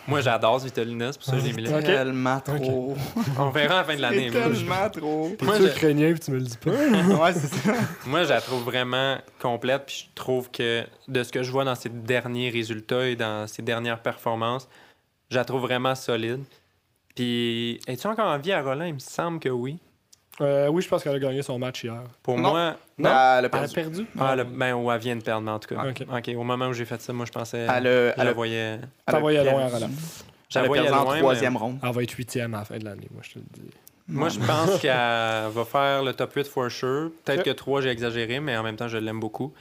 B: Moi, j'adore Svitolina, c'est pour ça que je l'ai mis là.
A: Ok.
C: Tellement trop.
B: On verra à la fin de l'année.
C: C'est
B: mais
C: tellement
B: moi,
C: trop.
A: T'es
B: Moi,
A: tu
B: je-
A: ukrainien, puis tu me le dis pas.
C: ouais, c'est ça.
B: Moi, je la trouve vraiment complète. Puis je trouve que de ce que je vois dans ses derniers résultats et dans ses dernières performances, je la trouve vraiment solide. Puis, es-tu encore en vie à Roland? Il me semble que oui.
A: Euh, oui, je pense qu'elle a gagné son match hier.
B: Pour
C: Non.
B: moi,
A: Non.
C: Ah, elle a
A: Elle a
C: perdu.
A: perdu.
B: ah, le- ben, ou elle vient de perdre, mais en tout cas.
A: Ah,
B: OK,
A: ok.
B: au moment où j'ai fait ça, moi, je pensais.
C: Elle a-
B: je
C: elle
B: la
C: a-
B: voyais.
A: T'as
C: Elle a
A: voyé loin à
C: perdu.
A: Roland.
B: je la
C: Elle a
B: voyais
C: perdu
B: loin,
C: en
B: mais
C: troisième ronde.
A: Elle va être huitième à la fin de l'année, moi, je te le dis.
B: Moi, je pense qu'elle va faire le top 8 for sure. Peut-être
A: Ok.
B: que 3, j'ai exagéré, mais en même temps, je l'aime beaucoup.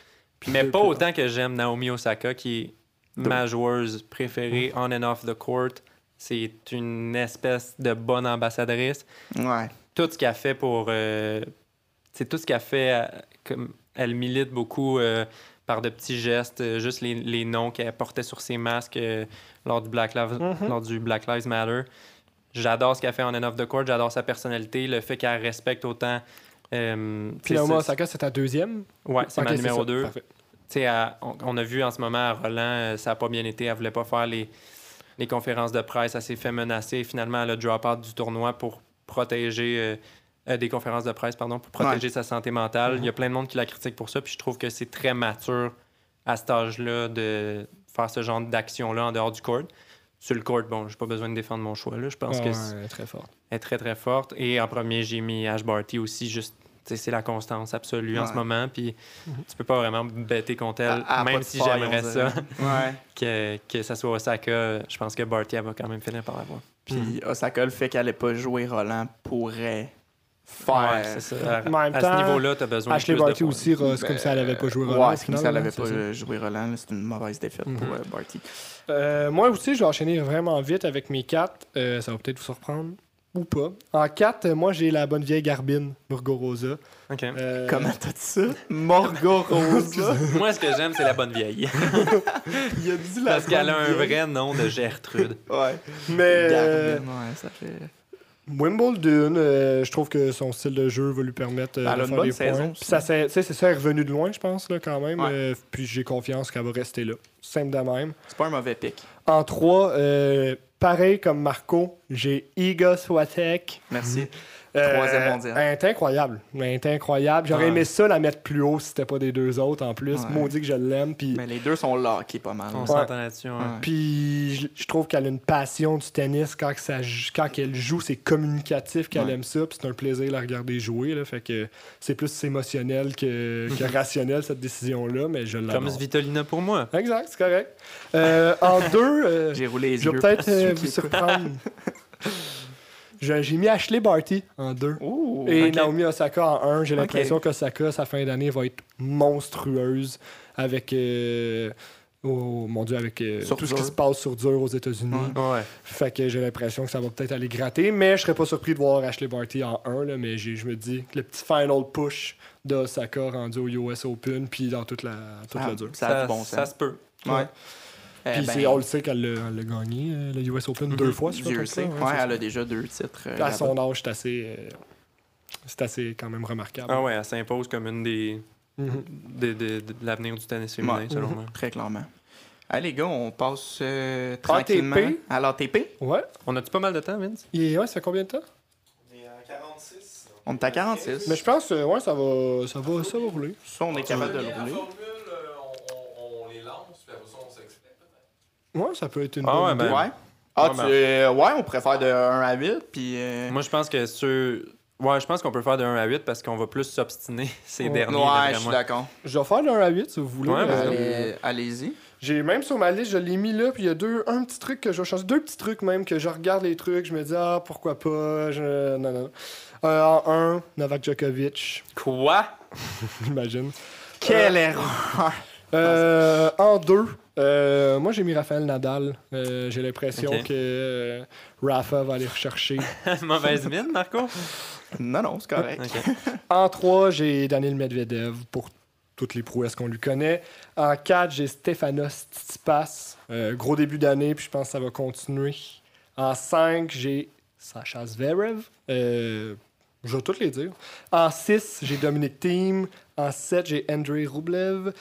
B: Mais
A: deux
B: pas
A: plus
B: autant que j'aime Naomi Osaka, qui est ma joueuse
A: Mm.
B: préférée on and off the court. C'est une espèce de bonne ambassadrice.
C: Ouais.
B: Tout ce qu'elle fait pour. euh, c'est tout ce qu'elle fait. euh, comme, elle milite beaucoup euh, par de petits gestes, euh, juste les, les noms qu'elle portait sur ses masques euh, lors, du Black Lives,
A: Mhm.
B: lors du Black Lives Matter. J'adore ce qu'elle fait en and off the court, j'adore sa personnalité, le fait qu'elle respecte autant. euh,
A: Puis
B: c'est-
A: Naomi
B: c'est-
A: Osaka, c'est ta deuxième.
B: Ouais, c'est
A: Ok,
B: ma numéro
A: ça.
B: 2.
A: Parfait.
B: Tu sais, à- on, on a vu en ce moment à Roland, euh, ça n'a pas bien été. Elle voulait pas faire les, les conférences de presse. Elle s'est fait menacer. Finalement, elle a drop out du tournoi pour protéger euh, euh, des conférences de presse, pardon, pour protéger sa santé mentale. Il y a plein de monde qui la critique pour ça, puis je trouve que c'est très mature à cet âge-là de faire ce genre d'action-là en dehors du court. Sur le court, bon, j'ai pas besoin de défendre mon choix. Là. Je pense que c'est
A: Ouais, très fort.
B: elle est très, très forte. Et en premier, j'ai mis Ash Barty aussi, juste, tu sais, c'est la constance absolue en
C: Ouais.
B: ce moment, puis tu peux pas vraiment bêter contre elle,
C: Elle- elle a pas
B: même
C: de
B: si
C: faille,
B: j'aimerais
C: on
B: ça.
C: dirait. Ouais.
B: que, que ça soit Osaka, je pense que Barty elle va quand même finir par l'avoir.
A: Hmm.
C: Puis Osaka, le fait qu'elle n'ait pas joué Roland pourrait
B: Ouais,
C: faire.
B: c'est ça. À,
A: En même
B: à
A: temps,
B: ce niveau-là, t'as besoin
A: Ashley
B: de plus de
A: Barty
B: points.
A: aussi, Ross,
C: Ben,
A: comme ça, elle avait pas joué
C: ouais,
A: Roland. au
C: c'est comme
A: final,
C: si elle
A: là,
C: n'avait
A: hein, c'est
C: pas
A: ça.
C: euh, joué Roland. là, C'est une mauvaise défaite pour euh, Barty.
A: Euh, moi aussi, je vais enchaîner vraiment vite avec mes 4. ça va peut-être vous surprendre. Ou pas. En 4, moi, j'ai la bonne vieille Garbine, Murgo Rosa.
B: Ok.
A: Euh,
C: Comment t'as dit ça? Morgorosa.
B: Moi, ce que j'aime, c'est la bonne vieille.
C: Il a dit la
B: Parce qu'elle a
C: bonne
B: un
C: vieille.
B: vrai nom de Gertrude.
C: Ouais.
A: Mais euh,
C: Gardner, ouais, ça fait.
A: Wimbledon, euh, je trouve que son style de jeu va lui permettre euh,
C: Elle a
A: de
C: une
A: faire
C: bonne
A: des
C: saison
A: points.
C: aussi.
A: Puis ça, c'est tu sais, c'est ça, elle est revenue de loin, je pense, là, quand même.
C: Ouais.
A: Euh, puis j'ai confiance qu'elle va rester là. Simple de même.
C: C'est pas un mauvais pic.
A: En 3, pareil comme Marco, j'ai Iga Swiatek.
C: Merci.
A: Euh,
C: Troisième mondial.
A: Elle est incroyable. Elle est incroyable. J'aurais
B: Ouais.
A: aimé ça la mettre plus haut si c'était pas des deux autres en plus.
C: Ouais.
A: Maudit que je l'aime. Puis,
C: Mais les deux sont là, qui est pas mal.
B: On
C: là.
B: s'entend là-dessus. hein.
C: Ouais.
A: puis je- je trouve qu'elle a une passion du tennis. Quand, que ça, ju- quand qu'elle joue, c'est communicatif qu'elle
C: Ouais.
A: aime ça. Puis c'est un plaisir de la regarder jouer. Là, fait que c'est plus émotionnel que,
C: Mhm.
A: que rationnel cette décision-là. Mais je
B: Comme
A: l'adore.
B: Svitolina pour moi.
A: Exact, c'est correct. Euh, en deux, euh,
C: J'ai roulé les
A: je
C: yeux.
A: vais peut-être
C: pour ceux
A: euh, vous
C: qui écoutent.
A: surprendre. Je- J'ai mis Ashley Barty en deux.
C: Ouh,
A: Et
C: Oh, ok.
A: Naomi Osaka en 1, j'ai
C: Ok.
A: l'impression qu'Osaka, sa fin d'année, va être monstrueuse avec. euh, oh mon dieu, avec euh,
C: Sur
A: tout ce
C: dur.
A: qui se passe sur dur aux États-Unis.
C: Ouais.
B: Ouais.
A: Fait que j'ai l'impression que ça va peut-être aller gratter, mais je serais pas surpris de voir Ashley Barty en 1, là, mais j'ai- je me dis que le petit final push d'Osaka rendu au US Open, puis dans toute la, toute
C: Ah,
A: la dure.
C: Ça a
B: Ça,
C: du bon
B: ça
C: sens.
B: se peut.
A: Ouais.
C: Ouais. Eh
A: Puis
C: ben,
A: c'est- on le sait qu'elle l'a elle l'a gagné, euh, le US Open, deux fois, si je me
C: Dieu
A: trompe
C: sait.
A: pas,
C: Ouais,
A: ouais, c'est ça.
C: elle a déjà deux titres. euh,
A: Puis À
C: là-bas.
A: son âge, c'est assez, euh, c'est assez quand même remarquable.
B: Ah ouais, elle s'impose comme une des.
A: Mhm.
B: des- des- de l'avenir du tennis féminin,
C: Ouais.
B: selon
A: Mhm.
B: moi.
C: Très clairement. Allez, les gars, on passe euh, tranquillement à l'ATP.
A: Ouais.
B: On a-tu pas mal de temps, Vince?
A: Et ouais, ça fait combien de temps?
C: On est à 46.
A: Mais je pense que ouais, ça va, ça va, ça va rouler.
C: Ça, on est capable de le rouler.
D: euh, on, les lance, puis après ça, on s'explique.
A: Ouais, ça peut être une
B: Ah
A: bonne
B: ouais,
A: idée.
B: ben-
C: Ouais. Ah,
B: Ouais,
C: tu,
B: ben-
C: euh, ouais, on préfère de 1 à 8, puis... euh,
B: Moi, je pense que ceux. Ouais, je pense qu'on peut faire de 1 à 8 parce qu'on va plus s'obstiner ces
A: Ouais.
B: derniers.
C: ouais,
B: d'après
C: je suis
B: moi. Ah,
C: d'accord.
A: Je vais faire le 1 à 8 si vous voulez.
B: ben- Ouais, ben,
A: Euh,
B: vas-y.
C: Allez- Allez-y.
A: J'ai même sur ma liste, je l'ai mis là, puis il y a deux, un petit truc que je vais changer. Deux petits trucs même que je regarde les trucs, je me dis ah pourquoi pas. Je... Non, non. Euh, en 1, Novak Djokovic,
B: Quoi?
A: j'imagine.
C: Quelle erreur!
A: Euh, en deux, euh, moi j'ai mis Raphaël Nadal. Euh, j'ai l'impression
B: Ok.
A: que euh, Rafa va aller rechercher.
B: Mauvaise mine, Marco?
C: Non, non, c'est correct.
B: Ok.
A: En 3, j'ai Daniel Medvedev pour toutes les prouesses qu'on lui connaît. En 4, j'ai Stefanos Tsitsipas. Euh, gros début d'année, puis je pense que ça va continuer. En 5, j'ai Sacha Zverev. Euh, je vais toutes les dire. En 6, j'ai Dominic Thiem. En 7, j'ai Andrei Rublev.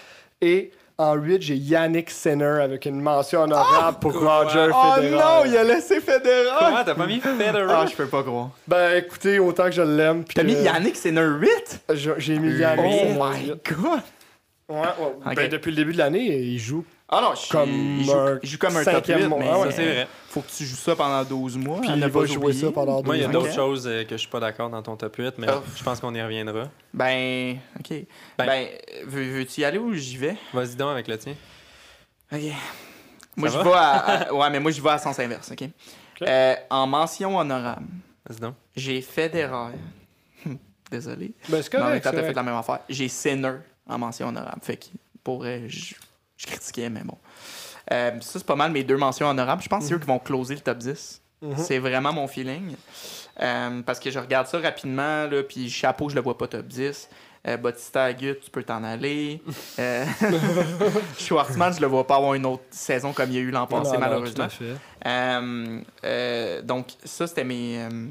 A: Et en 8, j'ai Yannick Sinner avec une mention honorable pour
B: quoi?
A: Roger
C: Oh
A: Federer.
C: non, il a laissé Federer!
B: Comment? T'as pas mis Federer?
C: Ah, je peux pas croire.
A: Ben écoutez, autant que je l'aime. puis
C: T'as
A: que-
C: mis Yannick Sinner 8?
A: Je- J'ai mis
C: Oh
A: Yannick Sinner.
C: my god!
A: Ouais, ouais.
C: Ok.
A: Ben, depuis le début de l'année, il joue.
C: Ah non, je suis-
A: Comme
C: il joue,
A: un
C: il joue comme un top 8,
A: cinquième
C: mais
A: mois,
B: Ça, c'est vrai.
C: faut que tu joues ça pendant 12 mois.
A: Puis
C: à ne
A: il
C: pas
A: va jouer
C: oublier.
A: ça pendant deux
B: Moi, il y a
A: ans.
C: Ok.
B: d'autres choses euh, que je suis pas d'accord dans ton top 8, mais
C: Oh.
B: je pense qu'on y reviendra.
C: Ben, ok. Ben,
B: Ben-
C: euh, veux- veux-tu y aller ou j'y vais?
B: Vas-y donc avec le tien.
C: Ok. Moi, je
B: va?
C: vais à, à- Ouais, mais moi, je vais à sens inverse, ok? Euh, en mention honorable,
B: Vas-y donc.
C: j'ai Federer. Hum, Désolé.
A: Ben, c'est
C: Mais en même
A: correct.
C: temps,
A: c'est
C: t'as fait
A: correct.
C: la même affaire. J'ai Sinner en mention honorable. Fait que, pour vrai, je, je critiquais, mais bon. Euh, ça, c'est pas mal mes deux mentions honorables. Je pense que c'est eux qui vont closer le top 10.
A: Mhm.
C: C'est vraiment mon feeling. Euh, parce que je regarde ça rapidement, là, puis chapeau, je le vois pas top 10. Euh, Bautista Agut, tu peux t'en aller. Euh, Schwartzman, je le vois pas avoir une autre saison comme il y a eu l'an
A: Non,
B: Ah,
C: passé,
A: non, tout
C: malheureusement.
A: à fait.
C: Euh, euh, donc, ça, c'était mes, euh,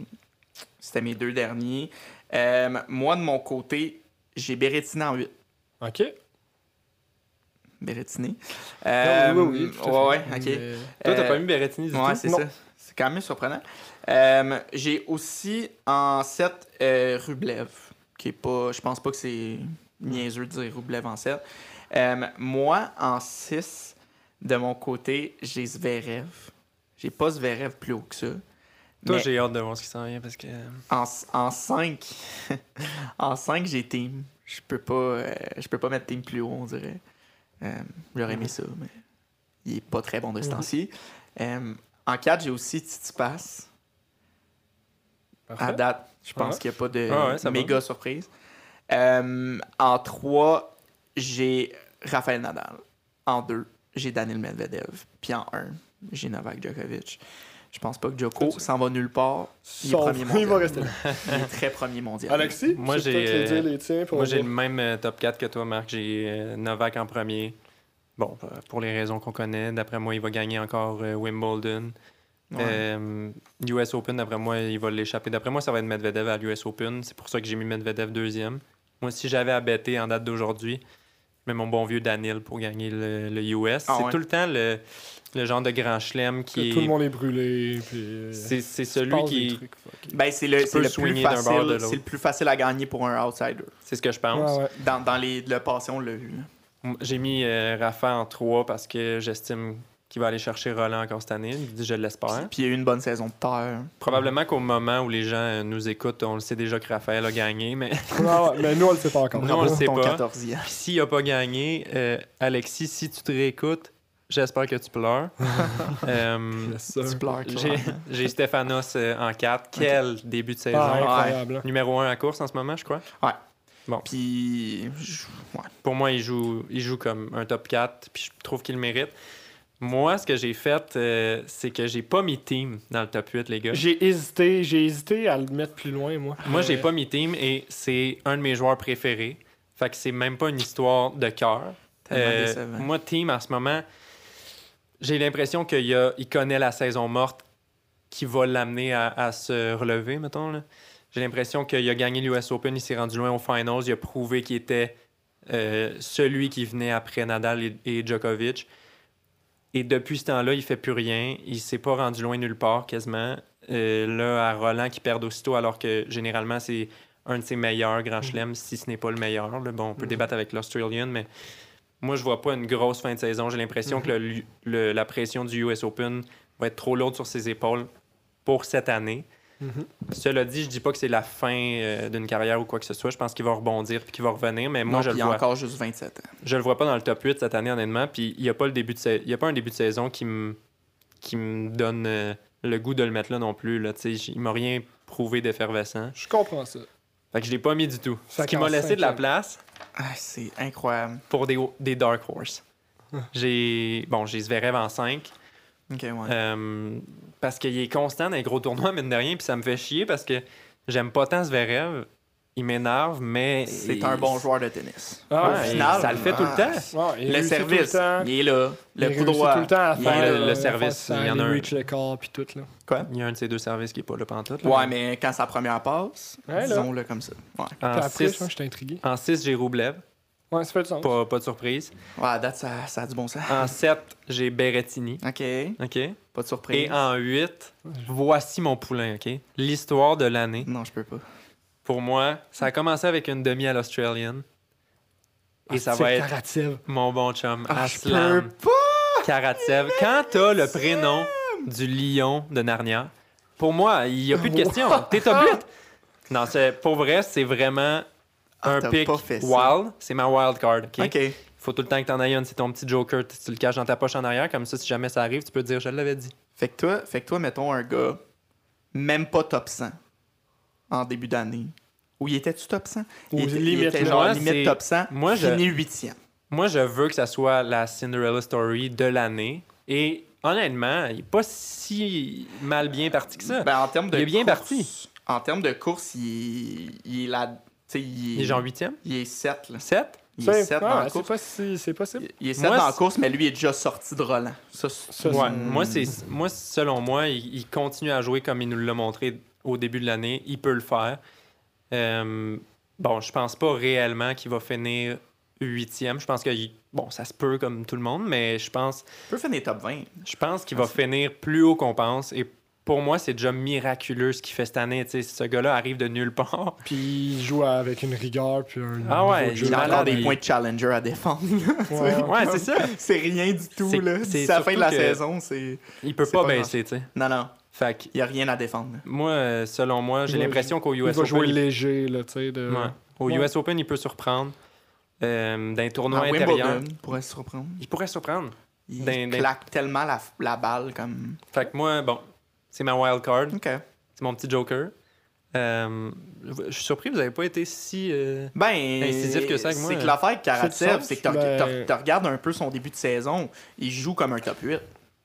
C: c'était mes deux derniers. Euh, moi, de mon côté, j'ai Berrettini en 8.
A: Ok.
C: Berrettini. Euh,
A: Non, oui, oui, oui, tout à
C: ouais,
A: fait.
C: ouais, ok.
A: Mais-
B: Toi, t'as
C: Euh,
B: pas mis Berrettini du
C: Ouais,
B: tout?
C: c'est
A: Non.
C: ça. C'est quand même surprenant. Euh, J'ai aussi en 7 euh, Rublev, qui est pas. Je pense pas que c'est niaiseux de dire Rublev en 7. Euh, moi, en 6, de mon côté, j'ai Zverev. J'ai pas Zverev plus haut que ça.
B: Toi,
C: Mais
B: j'ai hâte de voir ce qui s'en vient parce que. euh,
C: en, en 5, en 5, j'ai Team. Je peux pas euh, je peux pas mettre Team plus haut, on dirait. Euh, J'aurais aimé ça, mais il est pas très bon de ce
A: Mhm.
C: temps-ci. Euh, en 4, j'ai aussi Titipas. À
A: Parfait.
C: date, je pense
A: Ouais.
C: qu'il n'y a pas de
B: Ah ouais, ça va.
C: méga surprise. Euh, en 3, j'ai Rafael Nadal. En 2, j'ai Daniel Medvedev. Puis en 1, j'ai Novak Djokovic. Je pense pas que Djoko s'en va nulle part. Il est
A: Son-
C: premier
A: il va
C: mondial.
A: rester là.
C: Il est très premier mondial.
A: Alexis,
B: Moi,
A: tu peux
B: j'ai,
A: peut-être
B: euh,
A: les dire les tiens. puis on
B: Moi, j'ai
A: va-
B: le même euh, top 4 que toi, Marc. J'ai euh, Novak en premier. Bon, euh, pour les raisons qu'on connaît, d'après moi, il va gagner encore euh, Wimbledon.
C: Ouais.
B: Euh, US Open, d'après moi, il va l'échapper. D'après moi, ça va être Medvedev à l'US Open. C'est pour ça que j'ai mis Medvedev deuxième. Moi, si j'avais à bêter en date d'aujourd'hui, je mets mon bon vieux Daniel pour gagner le, le US.
C: Ah
B: c'est
C: ouais.
B: tout le temps le, le genre de grand chelem qui
A: que
B: est.
A: tout le monde est brûlé. Puis, euh,
B: C'est, c'est
A: tu
B: celui
A: passes des
B: qui.
A: trucs, fuck.
C: Ben, c'est le,
B: Tu
C: c'est
B: peux
C: le plus
B: swinguer d'un bord de
C: facile.
B: l'autre.
C: C'est le plus facile à gagner pour un outsider.
B: C'est ce que je
A: Ouais,
B: pense.
A: Ah, ouais.
C: Dans, dans les, le passé, on l'a vu. là.
B: J'ai mis euh, Rafa en 3 parce que j'estime qu'il va aller chercher Roland encore cette année. Je l'espère.
C: Puis il y a eu une bonne saison de terre.
B: Probablement qu'au moment où les gens euh, nous écoutent, on le sait déjà que Raphaël a gagné, mais
A: Ah, Ouais, ouais, mais nous, on le sait pas encore.
B: Non, on le sait
C: ton
B: pas.
C: 14e.
B: s'il n'a pas gagné, euh, Alexis, si tu te réécoutes, j'espère que tu pleures. Euh,
A: Yes, sir.
C: Tu pleures,
B: j'ai-
C: clairement.
B: J'ai Stéphanos euh, en 4. Quel début de saison!
A: Ah, incroyable. hein.
B: Numéro 1 à course en ce moment, je crois.
C: Puis, je- ouais.
B: Pour moi, il joue, il joue comme un top 4, puis je trouve qu'il le mérite. Moi, ce que j'ai fait, euh, c'est que j'ai pas mis team dans le top 8, les gars.
A: J'ai hésité, j'ai hésité à le mettre plus loin, moi.
B: Moi, j'ai
A: Euh,
B: pas mis team et c'est un de mes joueurs préférés. Fait que c'est même pas une histoire de cœur.
C: Tellement
B: Euh,
C: décevant.
B: moi, team, en ce moment, j'ai l'impression qu'il y a- il connaît la saison morte qui va l'amener à, à se relever, mettons. là. J'ai l'impression qu'il a gagné l'US Open, il s'est rendu loin aux finals, il a prouvé qu'il était euh, celui qui venait après Nadal et, et Djokovic. Et depuis ce temps-là, il fait plus rien. Il s'est pas rendu loin nulle part, quasiment. Euh, là, à Roland, qui perd aussitôt, alors que généralement, c'est un de ses meilleurs grands chelems, si ce n'est pas le meilleur. là. Bon, on peut débattre avec l'Australian, mais moi, je vois pas une grosse fin de saison. J'ai l'impression que le- le- la pression du US Open va être trop lourde sur ses épaules pour cette année.
A: Mhm.
B: Cela dit, je dis pas que c'est la fin euh, d'une carrière ou quoi que ce soit. Je pense qu'il va rebondir puis qu'il va revenir, mais moi,
C: non,
B: je
C: puis il
B: le
C: y a
B: vois.
C: encore juste 27 ans.
B: Je le vois pas dans le top 8 cette année, honnêtement. Puis il n'y a, pas le début de sa- il y a pas un début de saison qui me qui me donne euh, le goût de le mettre là non plus. Là. Tu sais, j- Il m'a rien prouvé d'effervescent.
A: Je comprends ça.
B: Fait que je l'ai pas mis du tout.
A: Fait
B: Ce qui m'a
A: qu'en
B: laissé de la
A: cinquième.
B: place
C: Ah, c'est incroyable.
B: pour des, des Dark Horse. J'ai bon, j'ai Zverev en 5
C: Ok, ouais.
B: Euh, parce qu'il est constant dans les gros tournois, mine de rien, puis ça me fait chier parce que j'aime pas tant Zverev. Il m'énerve, mais.
C: c'est
B: il-
C: un bon joueur de tennis.
A: Ah,
B: Ouais,
A: au
B: et
A: final,
B: ça le fait tout le
C: ah,
B: temps.
A: Ouais, il
C: Le
A: réussit
C: service,
A: tout le temps.
C: il est là.
A: Il
C: Le coup
A: réussit
C: droit.
A: tout le temps à
C: il est
A: faire
B: le-
A: euh,
B: le
A: à
B: service,
A: faire
B: il y en
A: les
B: a un.
A: reach le corps puis tout là.
B: Il y a un de ces deux services qui est pas le pantoute. là.
C: Ouais, mais quand sa première passe,
A: Ouais, là.
C: disons-le comme ça. Ouais.
A: Puis
B: En
A: après, je
B: 6,
A: crois que j'étais intrigué.
B: en six, j'ai Roublev.
A: Ouais, ça fait du sens.
B: Pas, pas de surprise.
C: Ouais, à date, ça, ça a du bon sens.
B: En 7, j'ai Berrettini.
C: Ok,
B: OK?
C: pas de surprise.
B: Et en 8, voici mon poulain, OK? L'histoire de l'année.
C: Non, je peux pas.
B: Pour moi, ça a commencé avec une demi à l'Australian. Et ça
A: Ah, c'est
B: va être
A: Karatsev.
B: mon bon chum,
C: Ah, je peux
B: Aslan Karatsev. Quand t'as le prénom du lion de Narnia, pour moi, il n'y a plus de question. T'es top 8. Non, c'est- pour vrai, c'est vraiment
C: Ah,
B: un
C: t'as
B: pick
C: pas fait ça.
B: wild. C'est ma wild card, OK?
C: Ok.
B: Faut tout le temps que t'en ailles une, c'est ton petit joker, tu tu le caches dans ta poche en arrière, comme ça, si jamais ça arrive, tu peux dire je l'avais dit.
C: Fait que toi, fait que toi mettons un gars, même pas top 100 en début d'année. Où il était-tu top 100?
A: Ou
C: il, était- il
A: limite,
C: était
A: là.
C: genre
B: Moi,
C: limite
B: c'est-
C: top 100,
B: moi, je-
C: fini 8e.
B: Moi, je veux que ça soit la Cinderella Story de l'année. Et honnêtement, il est pas si mal bien parti que ça.
C: Ben, en termes de
B: Il est bien
C: course-
B: parti.
C: En termes de course, il, il est là. tu sais, Il,
B: il est genre huitième,
C: Il est 7, là.
B: sept.
C: Il est
A: C'est-
C: 7
A: ah,
C: dans la
A: c'est
C: course.
A: pas si- c'est possible.
C: Il est 7
B: Moi,
C: dans la
B: c'est-
C: course, mais lui est déjà sorti de Roland. Ça, c'est-
A: Ça,
B: Ouais.
A: c'est-
B: Moi, c'est moi, selon moi, il, il continue à jouer comme il nous l'a montré au début de l'année. Il peut le faire. Euh, bon, je pense pas réellement qu'il va finir huitième. Je pense que il- bon, ça se peut comme tout le monde, mais je pense
C: il peut finir top 20.
B: Je pense qu'il va finir plus haut qu'on pense et pour moi, c'est déjà miraculeux ce qu'il fait cette année. Tu sais, ce gars-là arrive de nulle part.
A: Puis il joue avec une rigueur, puis un.
B: Ah ouais,
A: niveau de jeu.
C: Il a encore
B: malade,
C: des
B: il-
C: points de challenger à défendre. là. Tu
A: Ouais.
C: vois,
B: Ouais,
C: comme-
B: c'est ça.
C: C'est rien du tout.
B: C'est-
C: là. C'est
B: c'est
C: la fin de la
B: surtout que-
C: saison. C'est.
B: Il peut
C: C'est
B: pas,
C: pas
B: baisser, tu sais.
C: Non, non.
B: Fait que
C: Il n'y a rien à défendre. là.
B: moi, euh, selon moi, j'ai
A: Il va-
B: l'impression qu'au US
A: Il va
B: Open,
A: jouer
B: il-
A: léger, là, tu sais. De...
B: Ouais. Au
A: Ouais. Ah,
B: US Open, il peut surprendre. Euh, dans les tournois
C: À
B: intérieurs,
C: Wimbledon, pourrait se reprendre.
B: il pourrait surprendre.
C: Il
B: D'un- d'un-
C: claque tellement la, la balle comme. Ben,
B: Fait que moi, bon, c'est ma wild card.
C: OK.
B: C'est mon petit joker. Euh, je suis surpris, vous n'avez pas été si. euh,
C: Ben,
B: Incisif que ça avec moi,
C: c'est que
B: euh.
C: l'affaire avec
A: C'est
C: Karatsev,
A: du
C: c'est que tu
A: sens, ben-
C: regardes un peu son début de saison, il joue comme un top 8.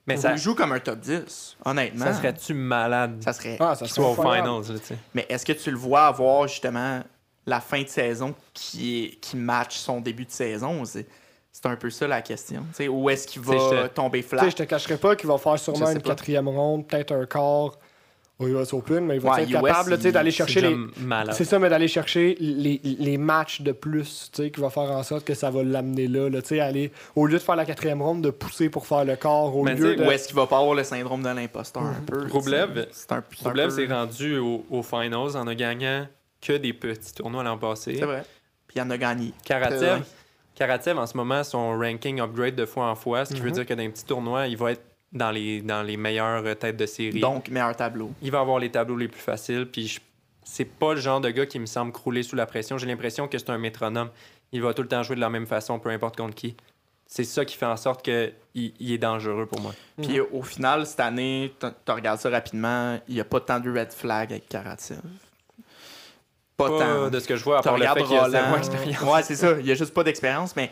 B: Mais
C: Ou
B: ça,
C: Il joue comme un top 10, honnêtement.
B: ça serait-tu malade
C: Ça serait-
A: Ah, ça
B: qu'il
A: serait
B: soit au
A: incroyable.
B: finals, là, tu sais.
C: Mais est-ce que tu le vois avoir justement la fin de saison qui, est... qui match son début de saison? C'est c'est un peu ça la question. Tu sais, où est-ce qu'il
B: Tu sais,
C: va
B: je te-
C: tomber
A: Tu sais,
C: flat?
A: je te cacherai pas qu'il va faire sûrement
C: Je sais
A: une
C: pas.
A: quatrième ronde, peut-être un quart au US Open, mais il va
C: Ouais,
A: être
C: US,
A: capable là, tu sais, d'aller
C: il-
A: chercher
B: C'est
A: les.
B: déjà malade.
A: C'est ça, mais d'aller chercher les, les matchs de plus, tu sais, qui va faire en sorte que ça va l'amener là, là tu sais, aller, au lieu de faire la quatrième ronde, de pousser pour faire le corps, au
B: Mais
A: lieu
B: tu
A: de...
B: sais,
C: Où est-ce qu'il va pas avoir le syndrome de l'imposteur un peu? tu sais?
B: Roublev-
C: c'est un, c'est un
B: Soublev
C: peu-
B: s'est rendu au, au finals en ne gagnant que des petits tournois l'an passé.
C: C'est vrai. Puis il en a gagné.
B: Karatsev,
C: Plein.
B: Karatsev, en ce moment, son ranking upgrade de fois en fois, ce qui veut
A: Mhm.
B: dire que dans les petits tournois, il va être dans les, dans les meilleures euh, têtes de série.
C: Donc, meilleur tableau.
B: il va avoir les tableaux les plus faciles. Puis je- c'est pas le genre de gars qui me semble crouler sous la pression. J'ai l'impression que c'est un métronome. Il va tout le temps jouer de la même façon, peu importe contre qui. C'est ça qui fait en sorte qu'il il est dangereux pour moi.
C: Puis euh, au final, cette année, tu tu regardes ça rapidement, il n'y a pas tant de red flag avec Karatsev. Pas,
B: Pas
C: tant.
B: de ce que je vois, à
C: Tu
B: part le
C: regardes
B: fait qu'il a
C: Roland.
B: zéro expérience. Mhm.
C: Ouais, c'est ça. Il n'y a juste pas d'expérience, mais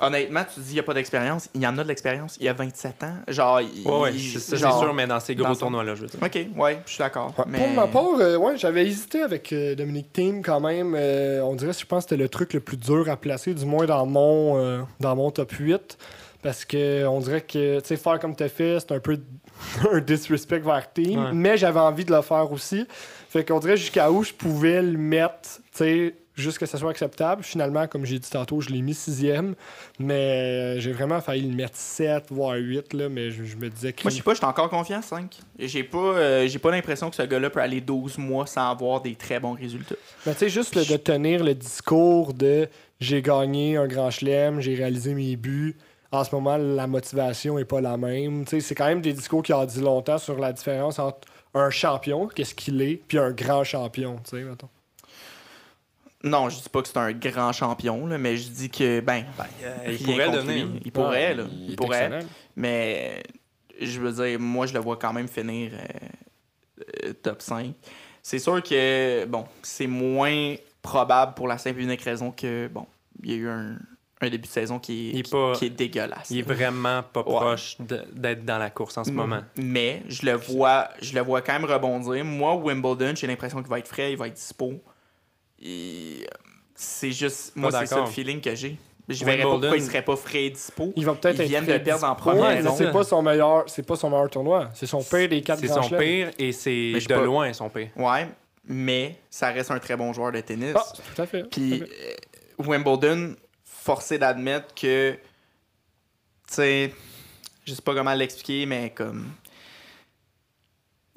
C: honnêtement, tu te dis il n'y a pas d'expérience. Il y en a de l'expérience. Il y a 27 ans. Genre, il.
B: Ouais, ouais,
C: il-
B: c'est ça,
C: genre-
B: c'est sûr, mais dans ces
C: dans
B: gros
C: son-
B: tournois-là, je veux dire.
C: Ok, ouais, je suis d'accord.
A: Ouais,
C: mais...
A: Pour ma part, euh, ouais, j'avais hésité avec euh, Dominique Thiem quand même. Euh, on dirait, je pense, que c'était le truc le plus dur à placer, du moins dans mon, euh, dans mon top 8. Parce que on dirait que tu sais, faire comme t'as fait, c'est un peu un disrespect vers Thiem.
B: Ouais.
A: Mais j'avais envie de le faire aussi. Fait qu'on dirait jusqu'à où je pouvais le mettre, tu sais, juste que ça soit acceptable. Finalement, comme j'ai dit tantôt, je l'ai mis sixième. Mais euh, j'ai vraiment failli le mettre 7, voire 8. Là, mais je, je me disais que.
C: Moi, je sais pas, je suis encore confiant, 5. J'ai pas, euh, j'ai pas l'impression que ce gars-là peut aller 12 mois sans avoir des très bons résultats.
A: Mais Ben, tu sais, juste le- de tenir le discours de j'ai gagné un grand chelem, j'ai réalisé mes buts. En ce moment, la motivation est pas la même. Tu sais, c'est quand même des discours qui ont dit longtemps sur la différence entre un champion, qu'est-ce qu'il est, puis un grand champion, tu sais, mettons.
C: Non, je dis pas que c'est un grand champion, là, mais je dis que, ben, ben,
B: il
C: rien
B: pourrait
C: contre
B: devenir.
C: lui. Il pourrait, là.
A: Il
C: Il,
A: est
C: pourrait.
A: excellent.
C: Mais euh, je veux dire, moi, je le vois quand même finir euh, euh, top 5. C'est sûr que, bon, c'est moins probable pour la simple et unique raison que, bon, il y a eu un, un début de saison qui est,
B: Il est
C: qui,
B: pas-
C: qui est dégueulasse.
B: Il est vraiment pas
C: Ouais.
B: proche de- d'être dans la course en ce moment.
C: Mais je le vois, je le vois quand même rebondir. Moi, Wimbledon, j'ai l'impression qu'il va être frais, il va être dispo. Et euh, c'est juste, moi, c'est ça le
B: d'accord.
C: feeling que j'ai. Je verrais pas
B: Wimbledon-
C: pourquoi il serait pas frais et dispo.
A: Il va peut-être
C: Ils
A: être
C: viennent de
A: très
C: perdre en
A: dispo,
C: première
A: mais
B: raison.
A: C'est pas son meilleur, c'est pas son meilleur tournoi. C'est son pire des quatre
B: C'est
A: grands
B: son
A: chelems.
B: pire et c'est
C: Mais je
B: de
C: peux-
B: loin son pire.
C: Ouais, mais ça reste un très bon joueur de tennis.
A: Ah, tout à fait.
C: Puis
A: Tout à fait.
C: euh, Wimbledon, forcé d'admettre que, tu sais, je sais pas comment l'expliquer, mais comme.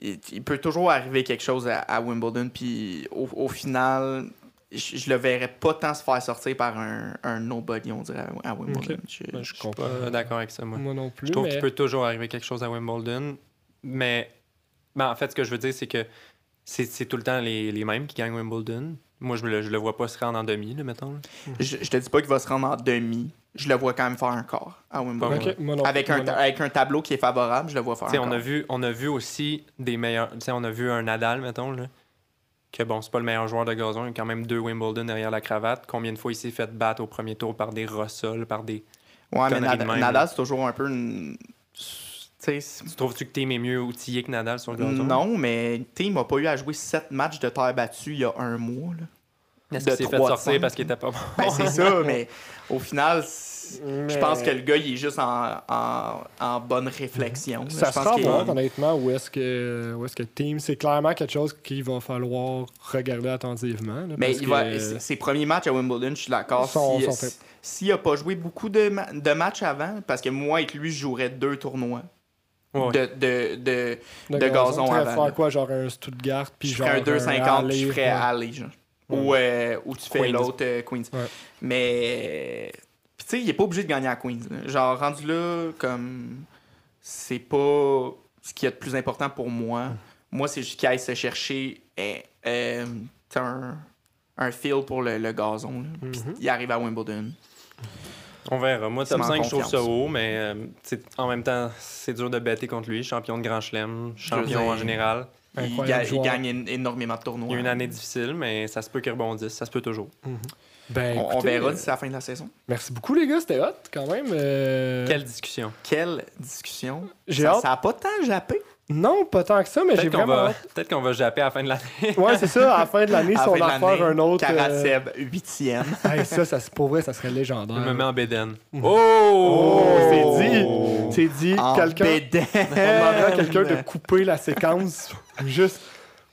C: Il, il peut toujours arriver quelque chose à, à Wimbledon, puis au, au final, je, je le verrais pas tant se faire sortir par un, un nobody, on dirait, à, à Wimbledon. Je-
A: Ben, je comprends.
B: Pas d'accord avec ça, moi.
A: Moi non plus.
B: Je trouve
A: mais-
B: qu'il peut toujours arriver quelque chose à Wimbledon, mais ben, en fait, ce que je veux dire, c'est que c'est c'est tout le temps les, les mêmes qui gagnent Wimbledon. Moi, je le, je le vois pas se rendre en demi, là, mettons. là.
C: je, je te dis pas qu'il va se rendre en demi, je le vois quand même faire un quart à Wimbledon.
A: Ok, moi non
C: Avec,
A: plus,
C: un,
A: moi non
C: ta- avec un tableau qui est favorable, je le vois faire
B: Tu sais,
C: un
B: On, a
C: quart.
B: vu, on a vu aussi des meilleurs. tu sais, On a vu un Nadal, mettons, là, que bon, c'est pas le meilleur joueur de gazon, il a quand même deux Wimbledon derrière la cravate. Combien de fois il s'est fait battre au premier tour par des Russell, par des.
C: Ouais, mais
B: conneries de
C: Nad-
B: même, là.
C: Nadal, c'est toujours un peu une. Tu sais, c'est-
B: Tu trouves-tu que Tim est mieux outillé que Nadal sur le gazon
C: Non, mais Team n'a pas eu à jouer sept matchs de terre battue il y a un mois. Là.
B: Est-ce qu'il
C: de
B: s'est fait
C: trois
B: sortir
C: points.
B: parce qu'il était pas bon
C: Ben, c'est ça, mais au final, c'est-
A: Mais-
C: je pense que le gars, il est juste en, en- en bonne réflexion. là.
A: Ça
C: je
A: se hein.
C: pense
A: rend
C: qu'il-
A: compte, honnêtement, où est-ce que, où est-ce que Team, c'est clairement quelque chose qu'il va falloir regarder attentivement. là,
C: Mais
A: parce
C: il va,
A: que-
C: ses- ses premiers matchs à Wimbledon, je suis d'accord.
A: Sont-
C: s'il-
A: sont
C: s-
A: faits.
C: S'il n'a pas joué beaucoup de, ma- de matchs avant, parce que moi, avec lui, je jouerais deux tournois.
B: Ouais, ouais.
C: de, de, de-
A: De,
C: gazon
A: Tu
C: avant, là.
A: faire quoi, genre un Stuttgart, puis
C: je
A: genre
C: ferais un 2,50 puis je
A: Alley,
C: ferais
A: ouais.
C: aller, genre. Ou, euh, ou tu fais
B: Queens.
C: l'autre euh, Queens.
A: Ouais.
C: Mais, puis tu sais, il est pas obligé de gagner à Queens. là. Genre, rendu là, comme, c'est pas ce qui est de plus important pour moi. Moi, c'est juste qu'il aille se chercher eh, euh, t'as un, un feel pour le, le gazon. là. Puis
A: Mm-hmm.
C: il arrive à Wimbledon.
B: On verra. Moi,
C: C'est ma
B: top 5, je trouve ça
C: confiance.
B: haut, mais euh, t'sais, en même temps, c'est dur de bêter contre lui. Champion de Grand Chelem,
C: veux
B: champion
C: dire-
B: en général.
C: Il,
A: Incroyable
C: ga- il
A: joueur.
C: gagne é- énormément de tournois.
B: Il y a eu une année difficile, mais ça se peut qu'il rebondisse. Ça se peut toujours.
A: Ben,
C: On, on
A: écoutez,
C: verra
A: euh,
C: d'ici la fin de la saison.
A: Merci beaucoup, les gars, c'était hot quand même. euh,
B: Quelle discussion.
C: Quelle discussion.
A: J'ai
C: Ça
A: hâte.
C: n'a pas tant jappé.
A: Non, pas tant que ça, mais j'ai
B: Peut-être qu'on
A: vraiment
B: va,
A: hâte.
B: peut qu'on va japper à la fin de l'année.
A: Ouais, c'est ça, à la fin de l'année, si
C: À la
A: on
C: fin de
A: en faire
C: l'année,
A: un autre. euh,
C: Karaseb, huitième.
A: hey, ça, ça, se- pour vrai, ça serait légendaire.
B: Je me mets en bédaine. Oh!
A: Oh, c'est dit.
C: Oh.
A: C'est dit,
C: En
A: quelqu'un.
C: bédaine.
A: On demanderait à quelqu'un de couper la séquence. Juste.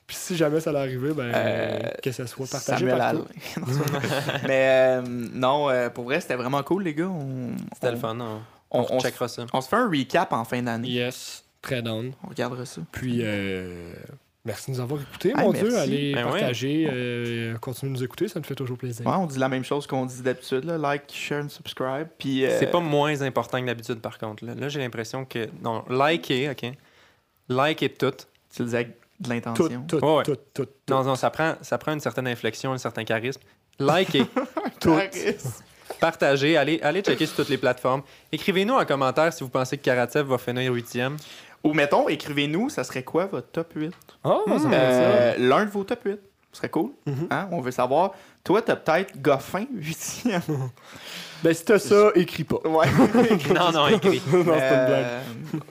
A: Puis si jamais ça l'arrivait, ben.
C: Euh,
A: que ça soit partagé
C: Samuel
A: partout.
C: Alain. Non, c'est- Mais euh, non, euh, pour vrai, c'était vraiment cool, les gars. On,
B: C'était
C: on-
B: le fun. hein. On,
C: On, on se-
B: checkera ça.
C: on se fait un recap en fin d'année.
A: Yes. Très down.
C: On regardera ça.
A: Puis, euh, merci de nous avoir écoutés,
C: Ah,
A: mon
C: merci.
A: Dieu. Allez
B: Ben ouais.
A: partager, euh, continuez de nous écouter, ça nous fait toujours plaisir.
C: Ouais, on dit la même chose qu'on dit d'habitude là. like, share, and subscribe. Puis, euh,
B: C'est pas moins important que d'habitude, par contre. Là, Là, j'ai l'impression que. Non, likez, OK? Likez tout.
C: tu le disais avec de
A: Tout,
C: l'intention.
A: tout,
B: Ouais, ouais.
A: tout, tout, tout.
B: Non, non, ça prend, ça prend une certaine inflexion, un certain charisme. Likez.
A: tout.
B: partagez, allez, allez checker sur toutes les plateformes. Écrivez-nous en commentaire si vous pensez que Karatsev va finir huitième.
C: Ou mettons, écrivez-nous, ça serait quoi votre top 8
A: Oh, ça serait
C: Euh, L'un de vos top 8. Ce serait cool.
A: Mhm.
C: Hein? On veut savoir. Toi, t'as peut-être Goffin,
A: ça.
C: 8e.
A: Ben, si t'as
C: Euh,
A: ça, écris pas.
C: Ouais.
B: Non, non, écris.
A: non, c'est une blague.
C: Euh,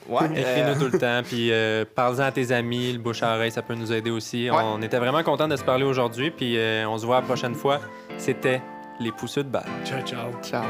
C: Ouais. euh,
B: Écris-nous tout le temps, puis euh, parle-en à tes amis, le bouche à oreille, ça peut nous aider aussi.
C: Ouais.
B: On était vraiment contents de se parler aujourd'hui, puis euh, on se voit la prochaine fois. C'était les pousseux de balle.
A: Ciao, ciao.
C: Ciao.